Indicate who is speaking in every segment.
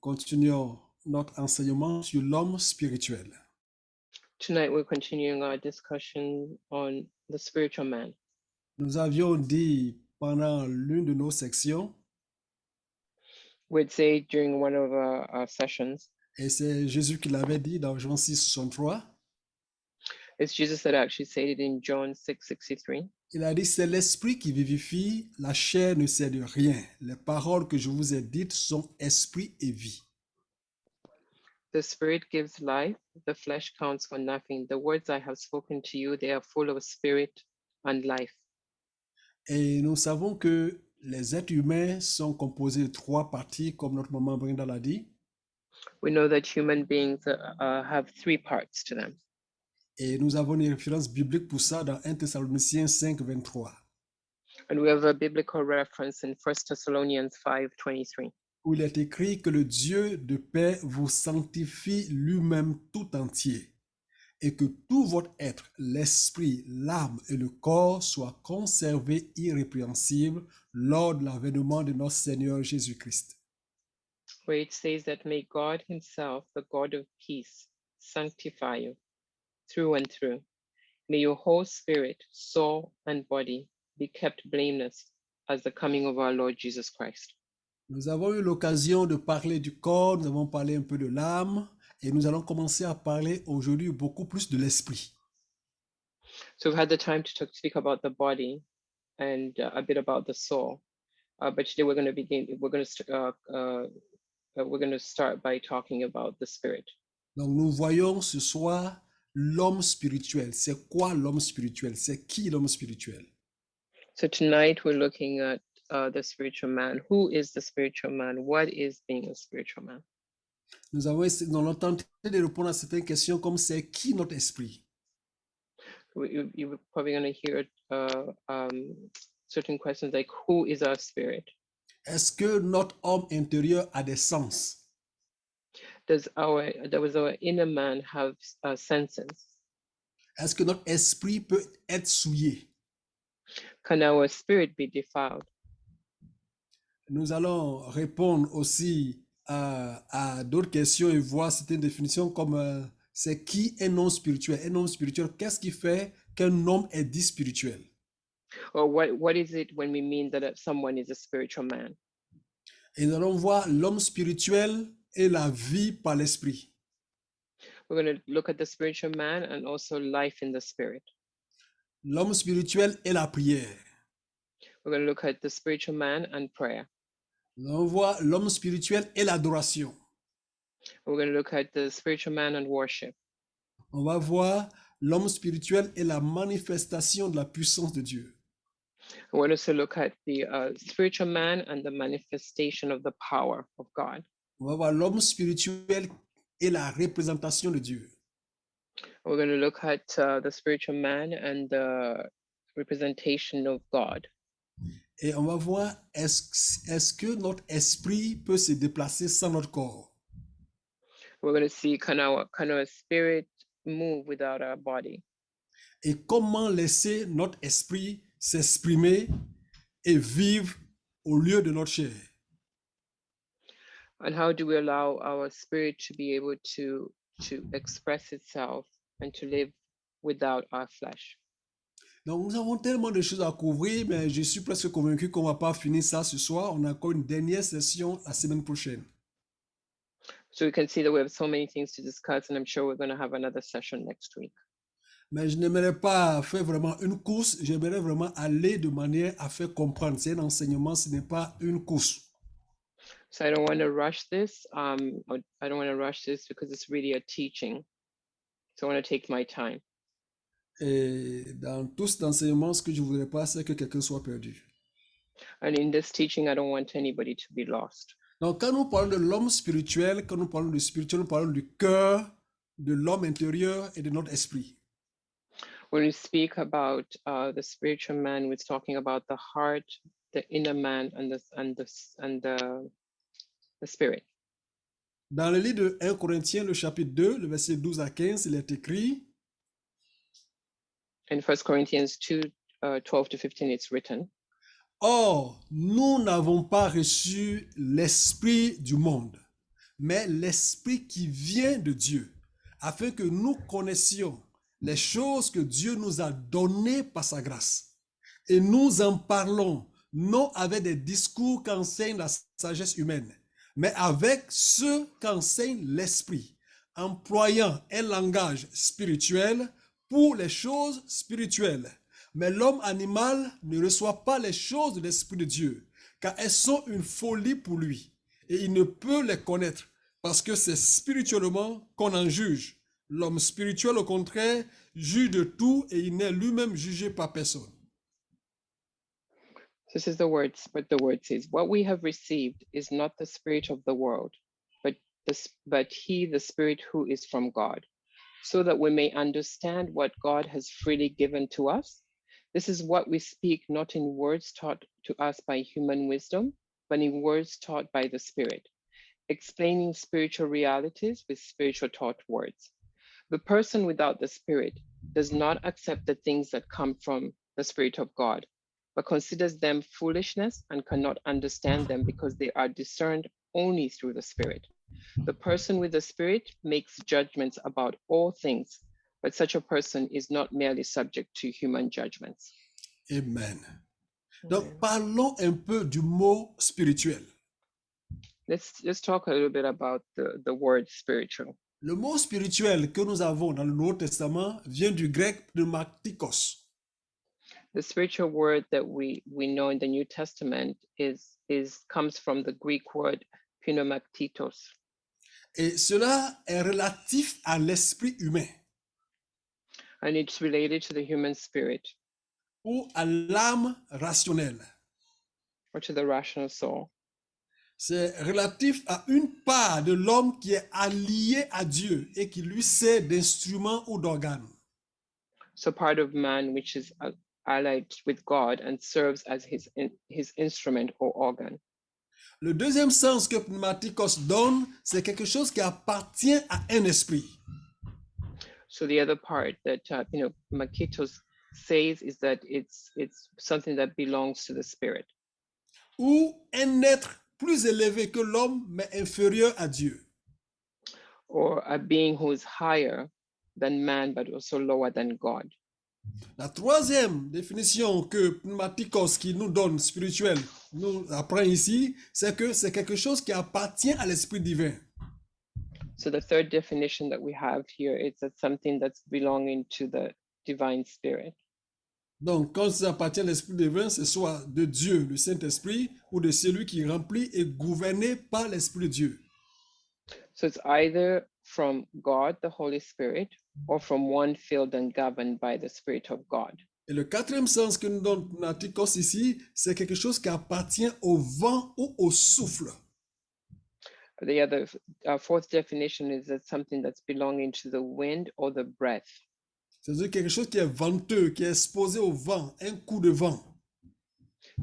Speaker 1: continuons notre enseignement sur l'homme spirituel.
Speaker 2: Tonight, we're continuing our discussion on the spiritual man.
Speaker 1: Nous avions dit pendant l'une de nos sections,
Speaker 2: We'd say during one of our, our sessions,
Speaker 1: et c'est Jésus qui l'avait dit dans Jean 6, 63,
Speaker 2: it's Jesus that actually said it in John 6 63.
Speaker 1: il a dit, c'est l'esprit qui vivifie, la chair ne sert de rien. Les paroles que je vous ai dites sont esprit et vie.
Speaker 2: The spirit gives life, the flesh counts for nothing. The words I have spoken to you, they are full of spirit and life.
Speaker 1: Et nous savons que les êtres humains sont composés de trois parties, comme notre maman Brenda l'a dit.
Speaker 2: We know that human beings uh, uh, have three parts to them.
Speaker 1: Et nous avons une référence biblique pour ça dans 1 Thessaloniciens 5, 23,
Speaker 2: And we have a biblical reference in 1 Thessalonians 5 23.
Speaker 1: où il est écrit que le Dieu de paix vous sanctifie lui-même tout entier, et que tout votre être, l'esprit, l'âme et le corps soient conservés irrépréhensibles lors de l'avènement de notre Seigneur Jésus-Christ.
Speaker 2: where it says that may God Himself, the God of peace, sanctify you through and through. May your whole spirit, soul, and body be kept blameless as the coming of our Lord Jesus Christ.
Speaker 1: Nous avons eu l'occasion de parler du corps, nous avons parlé un peu de l'âme, et nous allons commencer à parler aujourd'hui beaucoup plus de l'esprit.
Speaker 2: So we've had the time to talk, speak about the body and uh, a bit about the soul, uh, but today we're going to begin. We're going to uh, uh, uh, we're going to start by talking about the spirit.
Speaker 1: Donc nous voyons ce soir l'homme spirituel. C'est quoi l'homme spirituel C'est qui l'homme spirituel
Speaker 2: So tonight we're looking at uh, the spiritual man. Who is the spiritual man? What is being a spiritual man?
Speaker 1: Nous avons essayé- nous allons tenter de répondre à certaines questions comme c'est qui notre esprit
Speaker 2: we- you, you were probably going to hear uh, um, certain questions like who is our spirit
Speaker 1: Est-ce que notre homme intérieur a des sens
Speaker 2: does our does our inner man have uh, senses
Speaker 1: Est-ce que notre esprit peut être souillé
Speaker 2: can our spirit be defiled
Speaker 1: Nous allons répondre aussi à, à d'autres questions et voir certaines définitions comme euh, c'est qui un homme spirituel Un homme spirituel, qu'est-ce qui fait qu'un homme est dit spirituel
Speaker 2: or what what is it when we mean that uh, someone is a spiritual man
Speaker 1: Et nous allons voir l'homme spirituel et la vie par l'esprit.
Speaker 2: we're going to look at the spiritual man and also life in the spirit
Speaker 1: L'homme spirituel et la prière.
Speaker 2: we're going to look at the spiritual man and prayer
Speaker 1: Nous allons voir l'homme spirituel et l'adoration.
Speaker 2: we're going to look at the spiritual man and worship
Speaker 1: On va voir l'homme spirituel et la manifestation de la puissance de Dieu.
Speaker 2: we're going to also look at the uh, spiritual man and the manifestation of the power of god
Speaker 1: On va voir l'homme spirituel et la représentation de Dieu.
Speaker 2: We're going to look at uh, the spiritual man and the representation of God.
Speaker 1: Et on va voir est-ce est-ce que notre esprit peut se déplacer sans notre corps.
Speaker 2: We're going to see can our can our spirit move without our body,
Speaker 1: Et comment laisser notre esprit s'exprimer et vivre au lieu de notre chair.
Speaker 2: and how do we allow our spirit to be able to to express itself and to live without our flesh?
Speaker 1: Donc, nous avons tellement de choses à couvrir, mais je suis presque convaincu qu'on ne va pas finir ça ce soir. On a encore une dernière session la semaine prochaine.
Speaker 2: So we can see that we have so many things to discuss, and I'm sure we're going to have another session next week.
Speaker 1: Mais je n'aimerais pas faire vraiment une course, j'aimerais vraiment aller de manière à faire comprendre. C'est un enseignement, ce n'est pas une course.
Speaker 2: So I don't want to rush this. Um, I- I don't want to rush this because it's really a teaching. So I want to take my time.
Speaker 1: Et dans tout cet enseignement, ce que je ne voudrais pas, c'est que quelqu'un soit perdu.
Speaker 2: And in this teaching, I don't want anybody to be lost.
Speaker 1: Donc, quand nous parlons de l'homme spirituel, quand nous parlons du spirituel, nous parlons du cœur, de l'homme intérieur et de notre esprit.
Speaker 2: when we speak about uh, the spiritual man, we're talking about the heart, the inner man, and the and the s- and the, the spirit.
Speaker 1: Dans le livre de 1 Corinthiens, le chapitre 2, le verset 12 à 15, il est écrit
Speaker 2: In First Corinthians two. Uh, 12 to 15 it's written
Speaker 1: Or, nous n'avons pas reçu l'esprit du monde, mais l'Esprit qui vient de Dieu, afin que nous connaissions les choses que Dieu nous a données par sa grâce. Et nous en parlons, non avec des discours qu'enseigne la sagesse humaine, mais avec ceux qu'enseigne l'Esprit, employant un langage spirituel pour les choses spirituelles. Mais l'homme animal ne reçoit pas les choses de l'Esprit de Dieu, car elles sont une folie pour lui, et il ne peut les connaître, parce que c'est spirituellement qu'on en juge. L'homme spirituel, au contraire, juge de tout, et il n'est lui-même jugé par personne.
Speaker 2: This is the words, but the word says, What we have received is not the spirit of the world, but, the, s- but he, the spirit who is from God, so that we may understand what God has freely given to us. This is what we speak not in words taught to us by human wisdom, but in words taught by the Spirit, explaining spiritual realities with spiritual taught words. The person without the Spirit does not accept the things that come from the Spirit of God, but considers them foolishness and cannot understand them because they are discerned only through the Spirit. The person with the Spirit makes judgments about all things, but such a person is not merely subject to human judgments.
Speaker 1: Amen. Donc, parlons un peu du mot spirituel.
Speaker 2: Let's let's talk a little bit about the, the word spiritual.
Speaker 1: Le mot spirituel que nous avons dans le Nouveau Testament vient du grec pneumatikos.
Speaker 2: The spiritual word that we we know in the New Testament is is comes from the Greek word pneumaktitos,
Speaker 1: Et cela est relatif à l'esprit humain
Speaker 2: and it's related to the human spirit
Speaker 1: ou à l'âme rationnelle.
Speaker 2: or to the rational soul.
Speaker 1: C'est relatif à une part de l'homme qui est allié à Dieu et qui lui sert d'instrument ou d'organe.
Speaker 2: So part of man which is a- allied with God and serves as his in, his instrument or organ.
Speaker 1: Le deuxième sens que pneumatikos donne, c'est quelque chose qui appartient à un esprit.
Speaker 2: So the other part that uh, you know makitos says is that it's it's something that belongs to the spirit.
Speaker 1: ou un être plus élevé que l'homme, mais inférieur à Dieu.
Speaker 2: or a being who is higher than man, but also lower than God.
Speaker 1: La troisième définition que Pneumatikos, qui nous donne spirituel, nous apprend ici, c'est que c'est quelque chose qui appartient à l'esprit divin.
Speaker 2: So the third definition that we have here is that something that's belonging to the divine spirit.
Speaker 1: Donc, quand ça appartient à l'esprit divin, c'est soit de Dieu, le Saint-Esprit, ou de celui qui remplit et gouverné par l'Esprit de Dieu.
Speaker 2: So it's either from God, the Holy Spirit, or from one filled and governed by the Spirit of God.
Speaker 1: Et le quatrième sens que nous donne Pneumatikos ici, c'est quelque chose qui appartient au vent ou au souffle.
Speaker 2: The other uh, fourth definition is that something that's belonging to the wind or the breath.
Speaker 1: C'est-à-dire quelque chose qui est venteux, qui est exposé au vent, un coup de vent.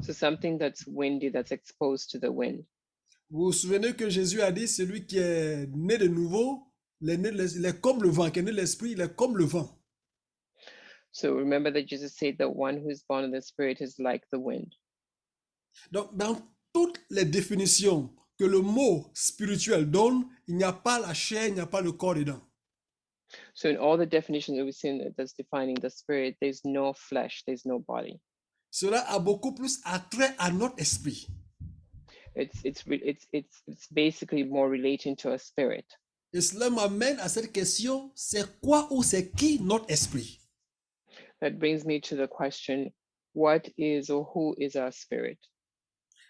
Speaker 2: So something that's windy, that's exposed to the wind.
Speaker 1: Vous vous souvenez que Jésus a dit, celui qui est né de nouveau, il est, né de l'es- il est comme le vent, qui est né de l'esprit, il est comme le vent.
Speaker 2: So remember that Jesus said that one who is born of the Spirit is like the wind.
Speaker 1: Donc, dans toutes les définitions que le mot spirituel donne, il n'y a pas la chair, il n'y a pas le corps dedans.
Speaker 2: So in all the definitions that we've seen that- that's defining the spirit, there's no flesh, there's no body.
Speaker 1: Cela a beaucoup plus attrait à notre esprit.
Speaker 2: It's it's re- it's it's it's basically more relating to a spirit.
Speaker 1: Et cela m'amène à cette question, c'est quoi ou c'est qui notre esprit
Speaker 2: That brings me to the question, what is or who is our spirit?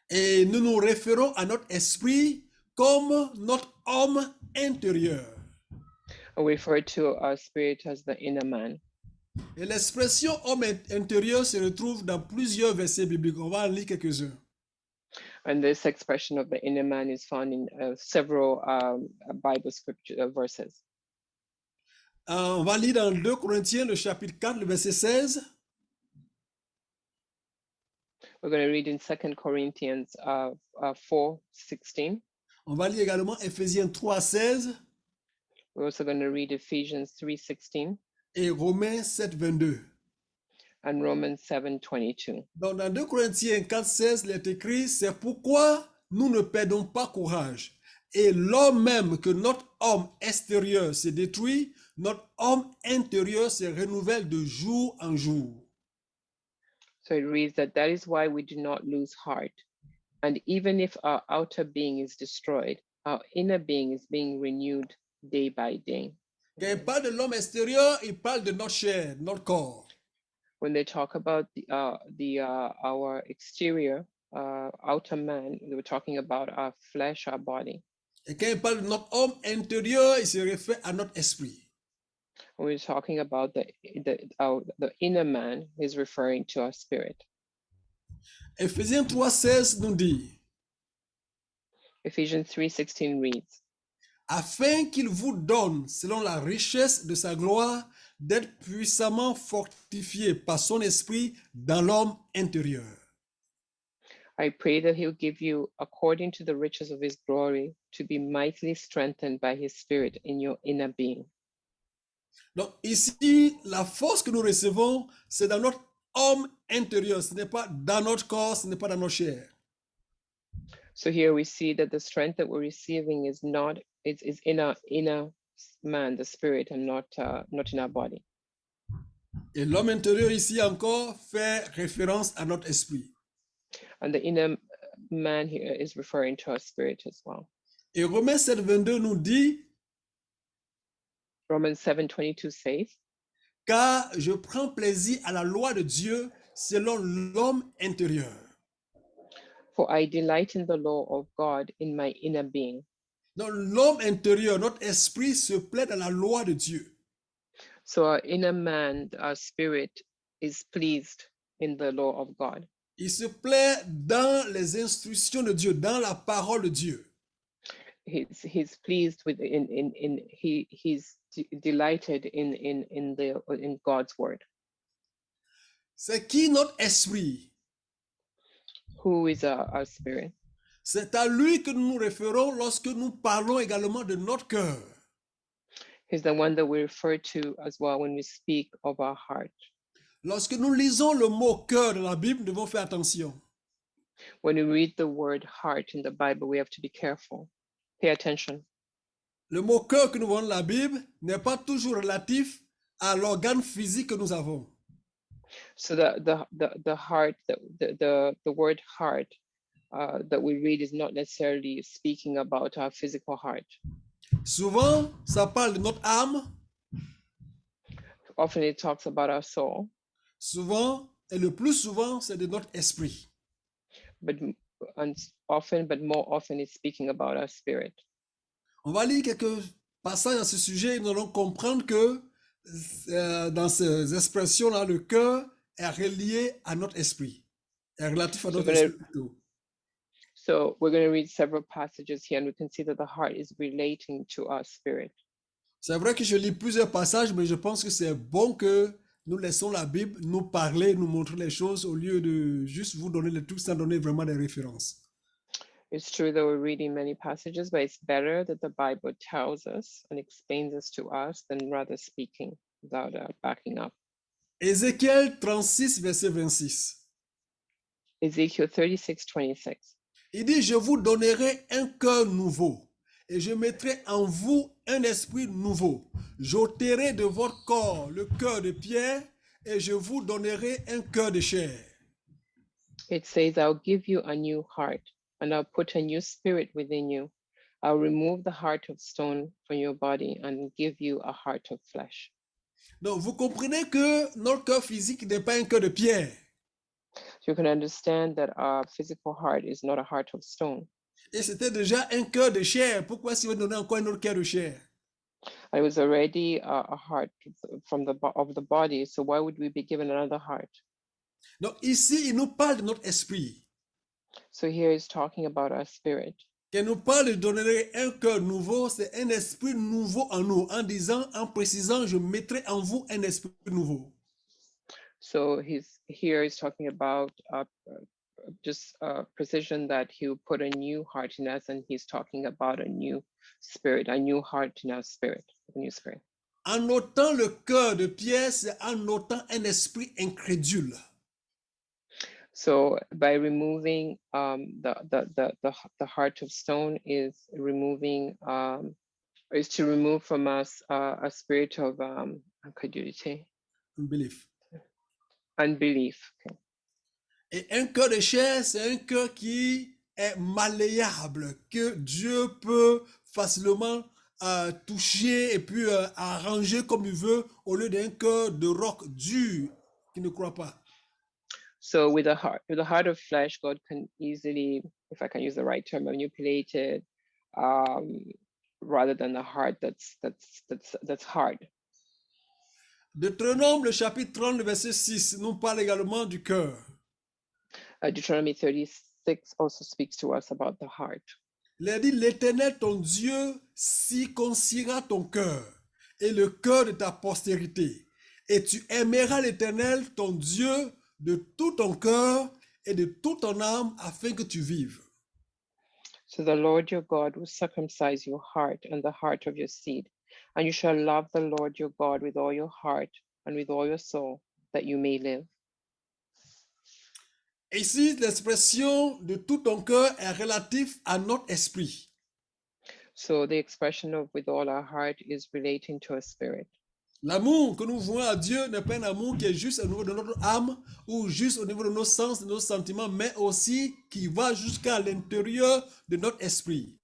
Speaker 1: Et nous nous référons à notre esprit comme notre homme intérieur.
Speaker 2: And we refer to our spirit as the inner man.
Speaker 1: Et l'expression homme int- intérieur se retrouve dans plusieurs versets bibliques. On va en lire quelques-uns.
Speaker 2: And this expression of the inner man is found in uh, several um, uh, Bible scripture uh, verses.
Speaker 1: Euh, on va lire dans 2 Corinthiens, le chapitre 4, le verset 16.
Speaker 2: We're going to read in Second Corinthians uh, uh, 4 16.
Speaker 1: On va lire également Éphésiens 3, 16
Speaker 2: We're also going to read Ephesians 3 16
Speaker 1: et Romains 7, 22.
Speaker 2: and Romans 7 22.
Speaker 1: Donc, dans 2 Corinthiens 4, 16, il est écrit C'est pourquoi nous ne perdons pas courage. Et lors même que notre homme extérieur se détruit, notre homme intérieur se renouvelle de jour en jour.
Speaker 2: So it reads that that is why we do not lose heart. And even if our outer being is destroyed, our inner being is being renewed day by day.
Speaker 1: Quand il parle de l'homme extérieur, il parle de notre chair, notre corps.
Speaker 2: When they talk about the uh, the uh, our exterior uh, outer man, they were talking about our flesh, our body.
Speaker 1: Et quand il parle de notre homme intérieur, il se réfère à notre esprit.
Speaker 2: When we're talking about the the our, the inner man, is referring to our spirit.
Speaker 1: Ephésiens 3,16 nous dit
Speaker 2: Ephesians three sixteen reads.
Speaker 1: afin qu'il vous donne, selon la richesse de sa gloire, d'être puissamment fortifié par son esprit dans l'homme intérieur.
Speaker 2: I pray that he'll give you, according to the riches of his glory, to be mightily strengthened by his spirit in your inner being.
Speaker 1: Donc ici, la force que nous recevons, c'est dans notre homme intérieur, ce n'est pas dans notre corps, ce n'est pas dans nos chairs.
Speaker 2: So here we see that the strength that we're receiving is not is, is in our inner s- man, the spirit, and not uh, not in our body.
Speaker 1: Et l'homme intérieur ici encore fait référence à notre esprit.
Speaker 2: And the inner man here is referring to our spirit as well.
Speaker 1: Et Romains 7, 22 nous dit,
Speaker 2: Romans 7:22 says,
Speaker 1: car je prends plaisir à la loi de Dieu selon l'homme intérieur.
Speaker 2: "For I delight in the law of God in my inner being."
Speaker 1: Donc l'homme intérieur, notre esprit se plaît dans la loi de Dieu.
Speaker 2: So our inner man, our spirit, is pleased in the law of God.
Speaker 1: Il se plaît dans les instructions de Dieu, dans la parole de Dieu.
Speaker 2: he's he's pleased with in in in he he's d- delighted in in in the in God's word.
Speaker 1: C'est qui notre esprit
Speaker 2: Who is our, our spirit?
Speaker 1: C'est à lui que nous nous référons lorsque nous parlons également de notre cœur.
Speaker 2: He's the one that we refer to as well when we speak of our heart.
Speaker 1: Lorsque nous lisons le mot cœur dans la Bible, nous devons faire attention.
Speaker 2: When we read the word heart in the Bible, we have to be careful. Pay attention.
Speaker 1: Le mot cœur que nous voyons dans la Bible n'est pas toujours relatif à l'organe physique que nous avons.
Speaker 2: So the the the, the heart the, the the the word heart uh, that we read is not necessarily speaking about our physical heart.
Speaker 1: Souvent, ça parle de notre âme,
Speaker 2: Often it talks about our soul,
Speaker 1: souvent, et le plus souvent, c'est de notre esprit.
Speaker 2: but m- and s- often, but more often, it's speaking about our spirit.
Speaker 1: On va lire quelques passages à ce sujet et nous allons comprendre que euh, dans ces expressions-là, le cœur est relié à notre esprit, est relatif à notre
Speaker 2: voulais-
Speaker 1: esprit. plutôt.
Speaker 2: So we're going to read several passages here, and we can see that the heart is relating to our spirit.
Speaker 1: C'est vrai que je lis plusieurs passages, mais je pense que c'est bon que nous laissons la Bible nous parler, nous montrer les choses au lieu de juste vous donner les trucs sans donner vraiment des références.
Speaker 2: It's true that we're reading many passages, but it's better that the Bible tells us and explains this to us than rather speaking without uh, backing up.
Speaker 1: Ézéchiel 36, verset 26.
Speaker 2: Ezekiel 36 26.
Speaker 1: Il dit, je vous donnerai un cœur nouveau et je mettrai en vous un esprit nouveau. J'ôterai de votre corps le cœur de pierre et je vous donnerai un cœur de chair.
Speaker 2: It says, I'll give you a new heart, and I'll put a new spirit within you. I'll remove the heart of stone from your body and give you a heart of flesh.
Speaker 1: Donc, vous comprenez que notre cœur physique n'est pas un cœur de pierre.
Speaker 2: So you can understand that our physical heart is not a heart of stone.
Speaker 1: Et c'était déjà un cœur de chair. Pourquoi s'il veut donner encore un autre cœur de chair
Speaker 2: and it was already a, a heart f- from the bo- of the body so why would we be given another heart
Speaker 1: Donc, ici, il nous parle de notre esprit.
Speaker 2: so here is talking about our spirit
Speaker 1: Quand nous parle de donner un cœur nouveau, c'est un esprit nouveau en nous, en disant, en précisant, je mettrai en vous un esprit nouveau.
Speaker 2: so he's here is talking about uh, uh, just uh, precision that he will put a new heart in us and he's talking about a new spirit a new heart in our spirit a new spirit
Speaker 1: En notant le cœur de Pierre, c'est en notant un esprit incrédule.
Speaker 2: So by removing um, the, the, the, the, h- the heart of stone is removing, um, is to remove from us uh, a spirit of um, incredulity,
Speaker 1: Unbelief.
Speaker 2: unbelief. Okay.
Speaker 1: Et un cœur de chair, c'est un cœur qui est malléable, que Dieu peut facilement euh, toucher et puis euh, arranger comme il veut, au lieu d'un cœur de roc dur qui ne croit pas.
Speaker 2: So with a heart, with a heart of flesh, God can easily, if I can use the right term, manipulate it, um, rather than a heart that's that's that's that's hard.
Speaker 1: Deutéronome, le chapitre 30, le verset 6, nous parle également du cœur.
Speaker 2: Uh, Deuteronomy 36 also speaks to us about the heart.
Speaker 1: Il a dit, l'Éternel, ton Dieu, circoncira ton cœur et le cœur de ta postérité. Et tu aimeras l'Éternel, ton Dieu, de tout ton cœur et de toute ton âme, afin que tu vives.
Speaker 2: So the Lord your God will circumcise your heart and the heart of your seed, and you shall love the Lord your God with all your heart and with all your soul, that you may live.
Speaker 1: Et Ici, l'expression de tout ton cœur est relative à notre esprit.
Speaker 2: So the expression of with all our heart is relating to a spirit.
Speaker 1: L'amour que nous voulons à Dieu n'est pas un amour qui est juste au niveau de notre âme ou juste au niveau de nos sens, de nos sentiments, mais aussi qui va jusqu'à l'intérieur de notre esprit.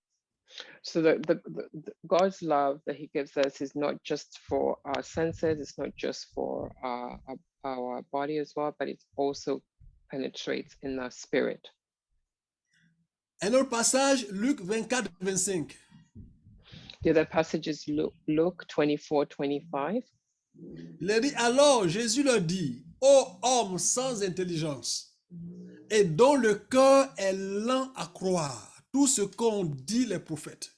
Speaker 2: so the, the, the, the god's love that he gives us is not just for our senses it's not just for uh, our, our body as well but it also penetrates in our spirit
Speaker 1: Un autre passage, Luc 24, 25.
Speaker 2: the other passage is luke, luke 24 25
Speaker 1: Il a dit alors Jésus leur dit Ô homme sans intelligence et dont le cœur est lent à croire tout ce qu'ont dit les prophètes.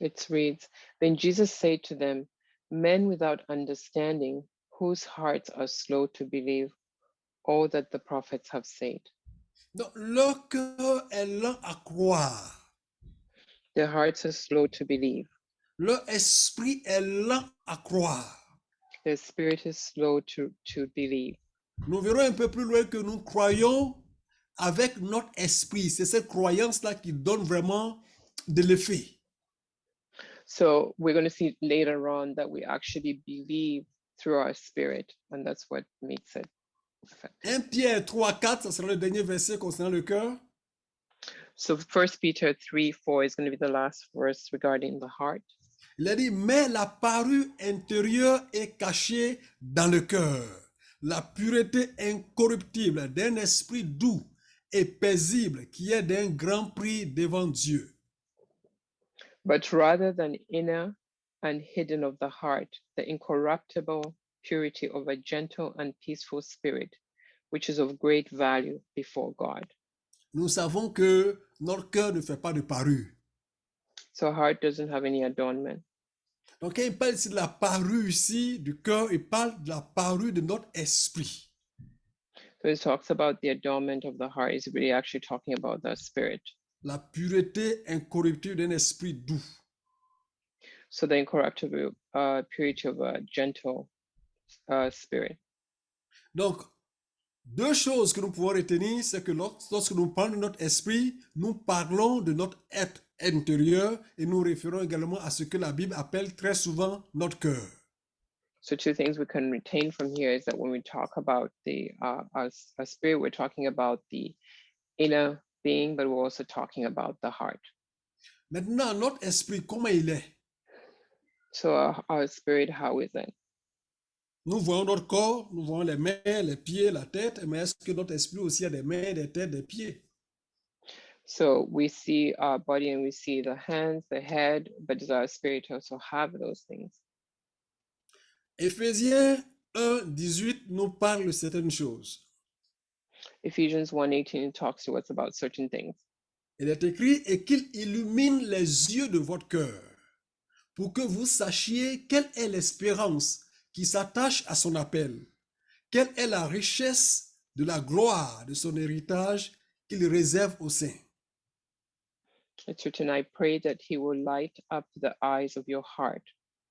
Speaker 2: it reads then jesus said to them men without understanding whose hearts are slow to believe all that the prophets have said
Speaker 1: Donc leur cœur est lent à croire,
Speaker 2: their hearts are slow to believe
Speaker 1: leur esprit est lent à croire.
Speaker 2: their spirit is slow to to believe
Speaker 1: Nous verrons un peu plus loin que nous croyons avec notre esprit. C'est cette croyance-là qui donne vraiment de l'effet.
Speaker 2: So we're going to see later on that we actually believe through our spirit, and that's what makes it effective.
Speaker 1: 1 Pierre 3, 4, ça sera le dernier verset concernant le cœur.
Speaker 2: So First Peter three four is going to be the last verse regarding the heart.
Speaker 1: Il a dit, mais la parure intérieure est cachée dans le cœur. La pureté incorruptible d'un esprit doux et paisible qui est d'un grand prix devant Dieu.
Speaker 2: But rather than inner and hidden of the heart, the incorruptible purity of a gentle and peaceful spirit, which is of great value before God.
Speaker 1: Nous savons que notre cœur ne fait pas de parure.
Speaker 2: So heart doesn't have any adornment.
Speaker 1: Donc quand il parle ici de la parure ici du cœur, il parle de la parure de notre esprit.
Speaker 2: So it talks about the adornment of the heart. It's really actually talking about the spirit.
Speaker 1: La pureté incorruptible d'un esprit doux.
Speaker 2: so the incorruptible uh, purity of a gentle uh, spirit.
Speaker 1: Donc, deux choses que nous pouvons retenir, c'est que lors- lorsque nous parlons de notre esprit, nous parlons de notre être intérieur et nous référons également à ce que la Bible appelle très souvent notre cœur.
Speaker 2: So two things we can retain from here is that when we talk about the uh, our, s- our spirit, we're talking about the inner being, but we're also talking about the heart.
Speaker 1: Maintenant, notre esprit, comment il est
Speaker 2: So our, our spirit, how is it?
Speaker 1: Nous voyons notre corps, nous voyons les mains, les pieds, la tête, mais est-ce que notre esprit aussi a des mains, des têtes, des pieds
Speaker 2: So we see our body and we see the hands, the head, but does our spirit also have those things?
Speaker 1: Éphésiens 1, 18 nous parle de certaines choses.
Speaker 2: Ephesians 1.18 talks to us about certain things.
Speaker 1: Il est écrit et qu'il illumine les yeux de votre cœur pour que vous sachiez quelle est l'espérance qui s'attache à son appel, quelle est la richesse de la gloire de son héritage qu'il réserve aux saints.
Speaker 2: It's written, I pray that he will light up the eyes of your heart,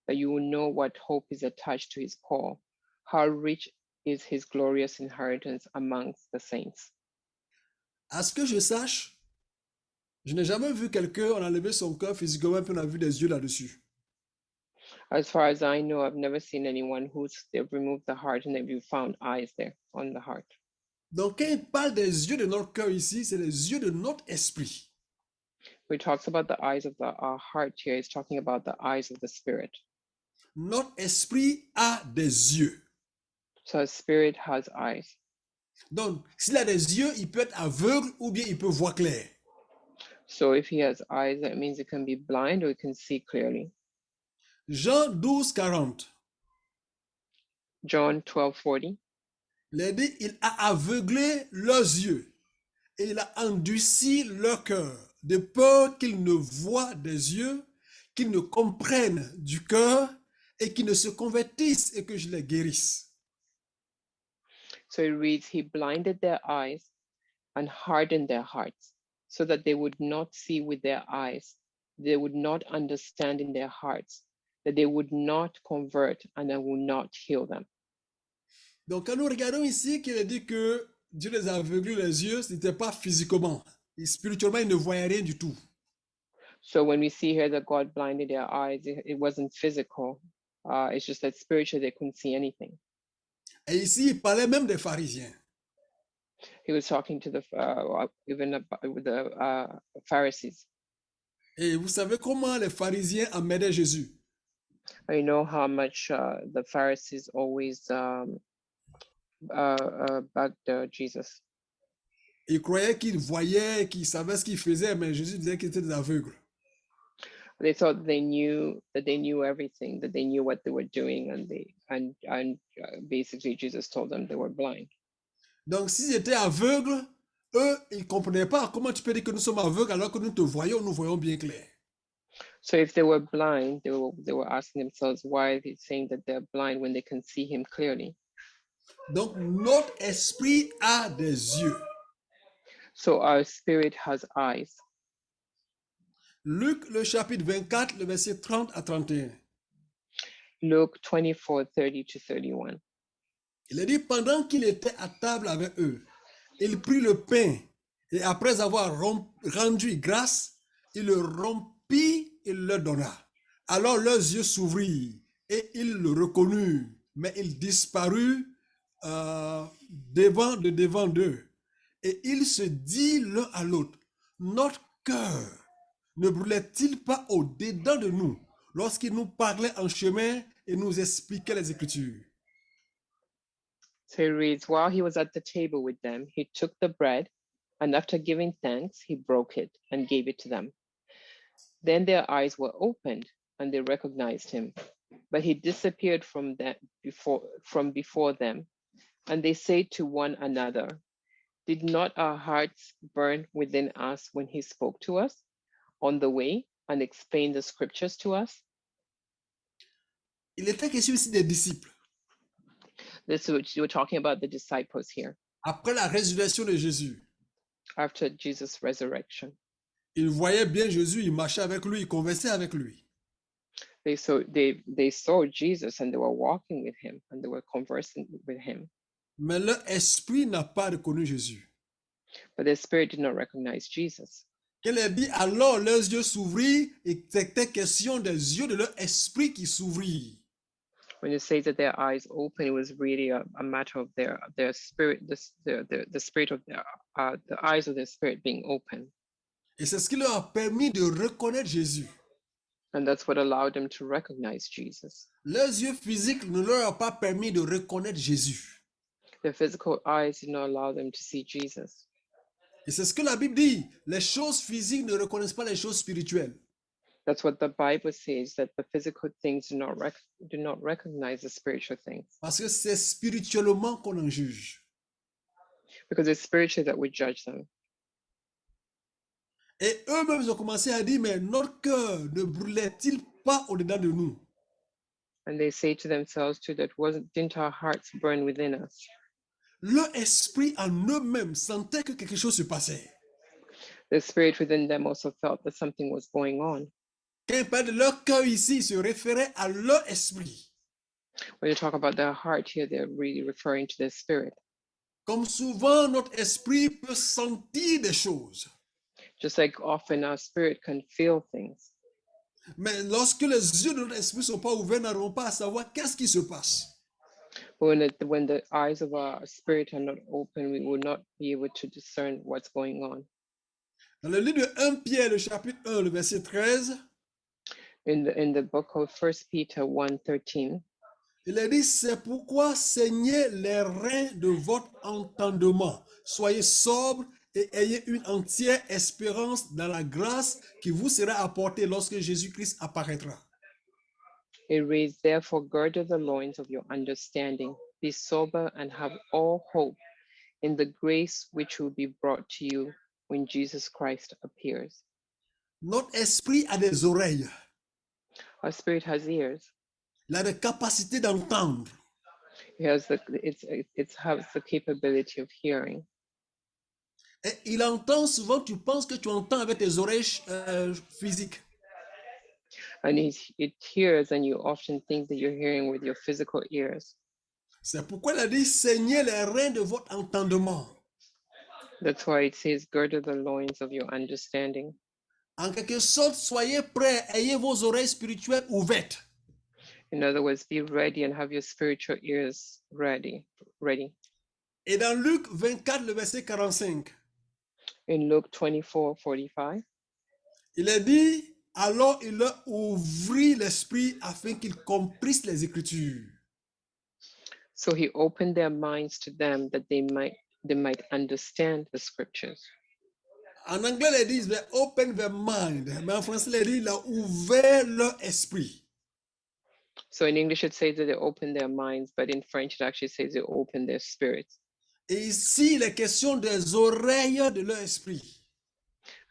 Speaker 2: that you will know what hope is attached to his call, how rich is his glorious inheritance amongst the saints.
Speaker 1: À ce que je sache, je n'ai jamais vu quelqu'un, on a levé son cœur physiquement, puis on a vu des yeux là-dessus.
Speaker 2: As far as I know, I've never seen anyone who's they've removed the heart and they've found eyes there on the heart.
Speaker 1: Donc, quand il parle des yeux de notre cœur ici, c'est les yeux de notre esprit.
Speaker 2: When it talks about the eyes of the our heart here, it's talking about the eyes of the spirit.
Speaker 1: Notre esprit a des yeux.
Speaker 2: So a spirit has eyes.
Speaker 1: Donc, s'il a des yeux, il peut être aveugle ou bien il peut voir clair.
Speaker 2: So if he has eyes, that means it can be blind or it can see clearly.
Speaker 1: Jean 12, 40,
Speaker 2: John 12:40.
Speaker 1: il a dit, il a aveuglé leurs yeux et il a endurci leur cœur, de peur qu'ils ne voient des yeux, qu'ils ne comprennent du cœur et qu'ils ne se convertissent et que je les guérisse.
Speaker 2: So it reads, He blinded their eyes and hardened their hearts, so that they would not see with their eyes, they would not understand in their hearts, that they would not convert, and I will not heal them.
Speaker 1: Donc, quand nous regardons ici qu'il a dit que Dieu les a aveuglés les yeux, ce n'était pas physiquement. Et spirituellement, ils ne voyaient rien du tout.
Speaker 2: So when we see here that God blinded their eyes, it, it wasn't physical. Uh, it's just that spiritually they couldn't see anything.
Speaker 1: Et ici, il parlait même des pharisiens.
Speaker 2: He was talking to the uh, even the, the uh, Pharisees.
Speaker 1: Et vous savez comment les pharisiens amenaient Jésus.
Speaker 2: I know how much uh, the Pharisees always um, uh, uh, bugged uh, Jesus.
Speaker 1: Ils croyaient qu'ils voyaient, qu'ils savaient ce qu'ils faisaient, mais Jésus disait qu'ils étaient des aveugles.
Speaker 2: They thought they knew that they knew everything, that they knew what they were doing, and they and and uh, basically Jesus told them they were blind.
Speaker 1: Donc, s'ils étaient aveugles, eux, ils ne comprenaient pas comment tu peux dire que nous sommes aveugles alors que nous te voyons, nous voyons bien clair.
Speaker 2: So if they were blind, they were they were asking themselves why are they saying that they're blind when they can see Him clearly.
Speaker 1: Donc, notre esprit a des yeux.
Speaker 2: So our spirit has eyes.
Speaker 1: Luc, le chapitre 24, le verset 30 à 31.
Speaker 2: Luke 24, 30 to 31.
Speaker 1: Il a dit, pendant qu'il était à table avec eux, il prit le pain et après avoir rom- rendu grâce, il le rompit et le leur donna. Alors leurs yeux s'ouvrirent et ils le reconnurent, mais il disparut euh, devant de devant d'eux. Et ils se dit l'un à l'autre, notre cœur ne brûlait-il pas au-dedans de nous lorsqu'il nous parlait en chemin et nous expliquait les Écritures
Speaker 2: So it reads, While he was at the table with them, he took the bread, and after giving thanks, he broke it and gave it to them. Then their eyes were opened, and they recognized him. But he disappeared from them before from before them, and they say to one another, Did not our hearts burn within us when he spoke to us on the way and explained the scriptures to us?
Speaker 1: Il était question ici des disciples.
Speaker 2: This is what you were talking about the disciples here
Speaker 1: Après la résurrection de Jésus,
Speaker 2: after Jesus' resurrection.
Speaker 1: ils voyaient bien Jésus, ils marchaient avec lui, ils conversaient avec lui.
Speaker 2: they saw they they saw Jesus and they were walking with him and they were conversing with him,
Speaker 1: Mais leur esprit n'a pas reconnu Jésus.
Speaker 2: but their spirit did not recognize Jesus.
Speaker 1: Qu'elle a dit, alors leurs yeux s'ouvrirent, et c'était question des yeux de leur esprit qui s'ouvrirent.
Speaker 2: When it says that their eyes open, it was really a, a matter of their their spirit, the s- the, the, the spirit of their uh, the eyes of their spirit being open,
Speaker 1: Et c'est ce qui leur a permis de reconnaître Jésus.
Speaker 2: and that's what allowed them to recognize Jesus.
Speaker 1: Leurs yeux physiques ne leur ont pas permis de reconnaître Jésus.
Speaker 2: Their physical eyes did not allow them to see Jesus,
Speaker 1: Et c'est ce que la Bible dit. Les choses physiques ne reconnaissent pas les choses spirituelles.
Speaker 2: that's what the Bible says that the physical things do not rec- do not recognize the spiritual things
Speaker 1: Parce que c'est spirituellement qu'on en juge.
Speaker 2: because it's spiritually that we judge them.
Speaker 1: Et eux-mêmes ils ont commencé à dire, mais notre cœur ne brûlait-il pas au-dedans de nous
Speaker 2: and they say to themselves too that wasn't didn't our hearts burn within us
Speaker 1: Leur esprit en eux-mêmes sentait que quelque chose se passait.
Speaker 2: the spirit within them also felt that something was going on
Speaker 1: Quand il parle de leur cœur ici, il se référait à leur esprit.
Speaker 2: When you talk about the heart here, they're really referring to the spirit.
Speaker 1: Comme souvent, notre esprit peut sentir des choses.
Speaker 2: Just like often our spirit can feel things.
Speaker 1: Mais lorsque les yeux de notre esprit ne sont pas ouverts, nous n'arrivons pas à savoir qu'est-ce qui se passe.
Speaker 2: But when, it, when the eyes of our spirit are not open, we will not be able to discern what's going on.
Speaker 1: Dans le livre de 1 Pierre, le chapitre 1, le verset 13,
Speaker 2: In the in the book of First Peter 1:13,
Speaker 1: il est dit, c'est pourquoi saignez les reins de votre entendement. Soyez sobres et ayez une entière espérance dans la grâce qui vous sera apportée lorsque Jésus-Christ apparaîtra.
Speaker 2: it reads, Therefore, girdle the loins of your understanding, be sober, and have all hope in the grace which will be brought to you when Jesus Christ appears.
Speaker 1: Notre esprit a des oreilles,
Speaker 2: Our spirit has ears.
Speaker 1: il a des capacités d'entendre.
Speaker 2: It has the it's it- it has the capability of hearing.
Speaker 1: Et il entend souvent, tu penses que tu entends avec tes oreilles euh, physiques.
Speaker 2: And it, it hears, and you often think that you're hearing with your physical ears.
Speaker 1: C'est pourquoi il a dit, saignez les reins de votre entendement.
Speaker 2: That's why it says, girdle the loins of your understanding.
Speaker 1: En quelque sorte, soyez prêts, ayez vos oreilles spirituelles ouvertes.
Speaker 2: In other words, be ready and have your spiritual ears ready, ready.
Speaker 1: Et dans Luc 24, le verset 45,
Speaker 2: In Luke 24, 45,
Speaker 1: il est dit, alors il leur ouvrit l'esprit afin qu'ils comprissent les Écritures.
Speaker 2: so he opened their minds to them that they might they might understand the scriptures.
Speaker 1: En anglais, ils disent, they open their mind. Mais en français, ils disent, il a ouvert leur esprit.
Speaker 2: So in English it says that they opened their minds, but in French it actually says they opened their spirits.
Speaker 1: Et ici, il est question des oreilles de leur esprit.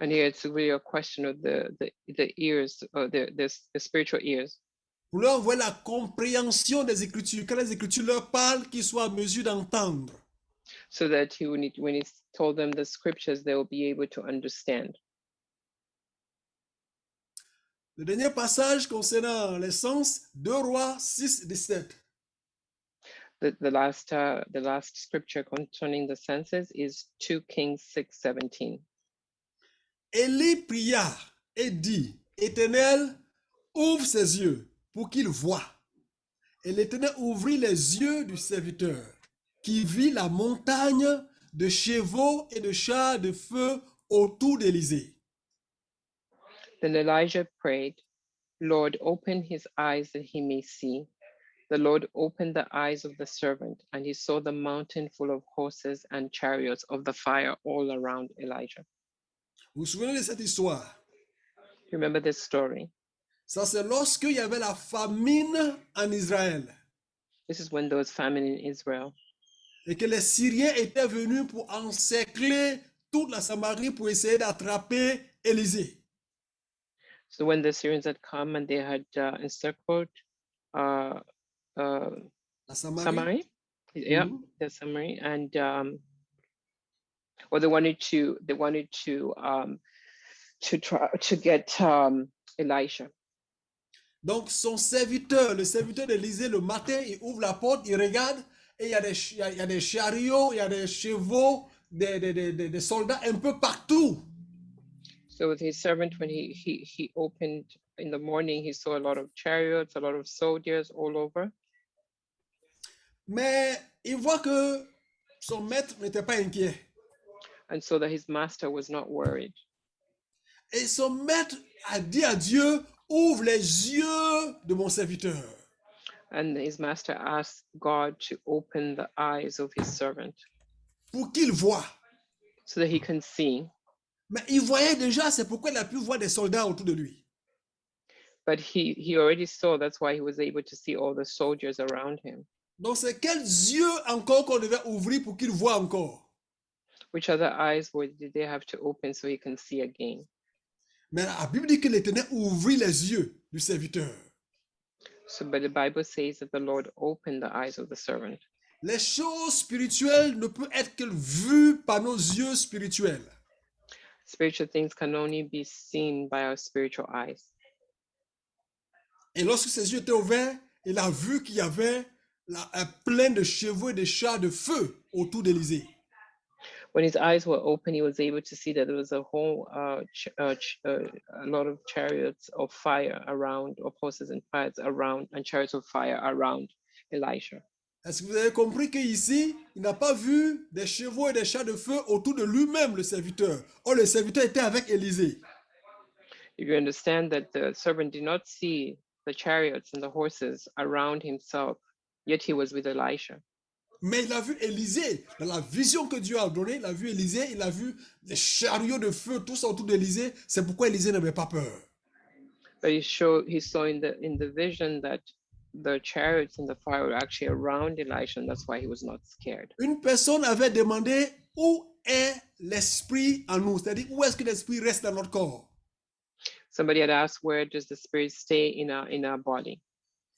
Speaker 2: And here it's really a question of the the, the ears, or the, the s- the spiritual ears,
Speaker 1: Pour leur envoyer la compréhension des Écritures. Quand les Écritures leur parlent, qu'ils soient à mesure d'entendre.
Speaker 2: so that he when he when he told them the scriptures, they will be able to understand.
Speaker 1: Le dernier passage concernant les sens, 2 Rois 6, 17.
Speaker 2: The, the last uh, the last scripture concerning the senses is 2 Kings 6 17.
Speaker 1: Élie pria et dit, Éternel, ouvre ses yeux pour qu'il voie. Et l'Éternel ouvrit les yeux du serviteur, qui vit la montagne de chevaux et de chars de feu autour d'Élysée.
Speaker 2: Then Elijah prayed, Lord, open his eyes that he may see. The Lord opened the eyes of the servant, and he saw the mountain full of horses and chariots of the fire all around Elijah.
Speaker 1: Vous vous souvenez de cette histoire?
Speaker 2: Remember this story.
Speaker 1: Ça, c'est lorsqu'il y avait la famine en Israël
Speaker 2: This is when there was famine in Israel,
Speaker 1: et que les Syriens étaient venus pour encercler toute la Samarie pour essayer d'attraper Élysée.
Speaker 2: So when the Syrians had come and they had uh, encircled uh, uh,
Speaker 1: La Samarie.
Speaker 2: Samaria, yeah,
Speaker 1: Mhm.
Speaker 2: the Samaria, and um, or they wanted to they wanted to um, to try to get um, Elisha.
Speaker 1: Donc, son serviteur, le serviteur d'Élysée, le matin, il ouvre la porte, il regarde, et il y a des, ch- il y a- il y a des chariots, il y a des chevaux, des, des- des- des- des soldats un peu partout.
Speaker 2: So with his servant, when he he he opened in the morning, he saw a lot of chariots, a lot of soldiers all over.
Speaker 1: Mais il voit que son maître n'était pas inquiet.
Speaker 2: And so that his master was not worried.
Speaker 1: Et son maître a dit à Dieu, ouvre les yeux de mon serviteur.
Speaker 2: And his master asked God to open the eyes of his servant
Speaker 1: pour qu'il voie.
Speaker 2: so that he can see.
Speaker 1: Mais il voyait déjà, c'est pourquoi il a pu voir des soldats autour de lui.
Speaker 2: But he he already saw. That's why he was able to see all the soldiers around him.
Speaker 1: Donc c'est quels yeux encore qu'on devait ouvrir pour qu'il voie encore.
Speaker 2: Which other eyes were did they have to open so he can see again?
Speaker 1: Mais la Bible dit que l'Éternel ouvrit les yeux du serviteur.
Speaker 2: So, but the Bible says that the Lord opened the eyes of the servant.
Speaker 1: Les choses spirituelles ne peuvent être que vues par nos yeux spirituels.
Speaker 2: Spiritual things can only be seen by our spiritual eyes.
Speaker 1: Et lorsque ses yeux étaient ouverts, il a vu qu'il y avait la- un plein de chevaux et de chars de feu autour d'Élysée.
Speaker 2: When his eyes were open, he was able to see that there was a whole uh, ch- uh, ch- uh, a lot of chariots of fire around, of horses and chariots around, and chariots of fire around Elisha.
Speaker 1: Est-ce que vous avez compris qu'ici, il n'a pas vu des chevaux et des chars de feu autour de lui-même, le serviteur Oh, le serviteur était avec Élysée.
Speaker 2: If you understand that the servant did not see the chariots and the horses around himself, yet he was with Elisha.
Speaker 1: Mais il a vu Élysée. Dans la vision que Dieu a donnée, il a vu Élysée, il a vu les chariots de feu tous autour d'Élysée. C'est pourquoi Élysée n'avait pas peur.
Speaker 2: But he showed he saw in the in the vision that the chariots and the fire were actually around Elisha, and that's why he was not scared.
Speaker 1: Une personne avait demandé où est l'esprit en nous, c'est-à-dire où est-ce que l'esprit reste dans notre corps.
Speaker 2: Somebody had asked, "Where does the spirit stay in our in our body?"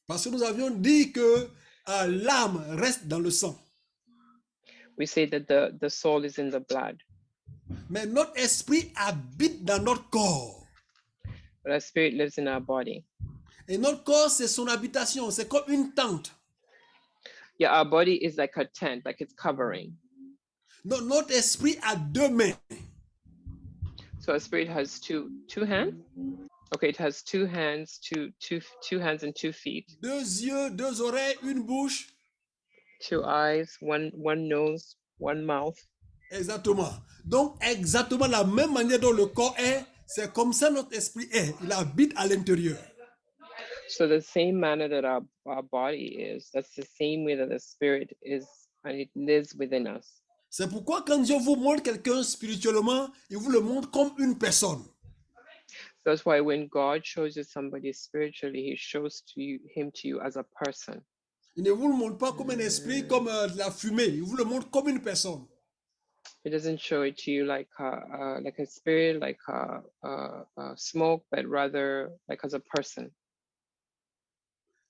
Speaker 1: Parce que nous avions dit que euh, l'âme reste dans le sang.
Speaker 2: We say that the the soul is in the blood,
Speaker 1: Mais notre esprit habite dans notre corps.
Speaker 2: but our spirit lives in our body.
Speaker 1: Et notre corps, c'est son habitation, c'est comme une tente.
Speaker 2: Yeah, our body is like a tent, like it's covering.
Speaker 1: No- notre esprit a deux mains.
Speaker 2: So our spirit has two two hands. Okay, it has two hands, two two two hands and two feet,
Speaker 1: Deux yeux, deux oreilles, une bouche.
Speaker 2: two eyes, one one nose, one mouth.
Speaker 1: Exactement. Donc, exactement la même manière dont le corps est, c'est comme ça notre esprit est. Il habite à l'intérieur.
Speaker 2: So the same manner that our, our body is, that's the same way that the spirit is and it lives within us.
Speaker 1: C'est pourquoi quand Dieu vous montre quelqu'un spirituellement, il vous le montre comme une personne.
Speaker 2: That's why when God shows you somebody spiritually, he shows to you him to you as a person.
Speaker 1: Il ne vous le montre pas comme un esprit, comme euh, de la fumée. Il vous le montre comme une personne.
Speaker 2: He doesn't show it to you like a, uh, like a spirit, like a, a, a smoke, but rather like as a person.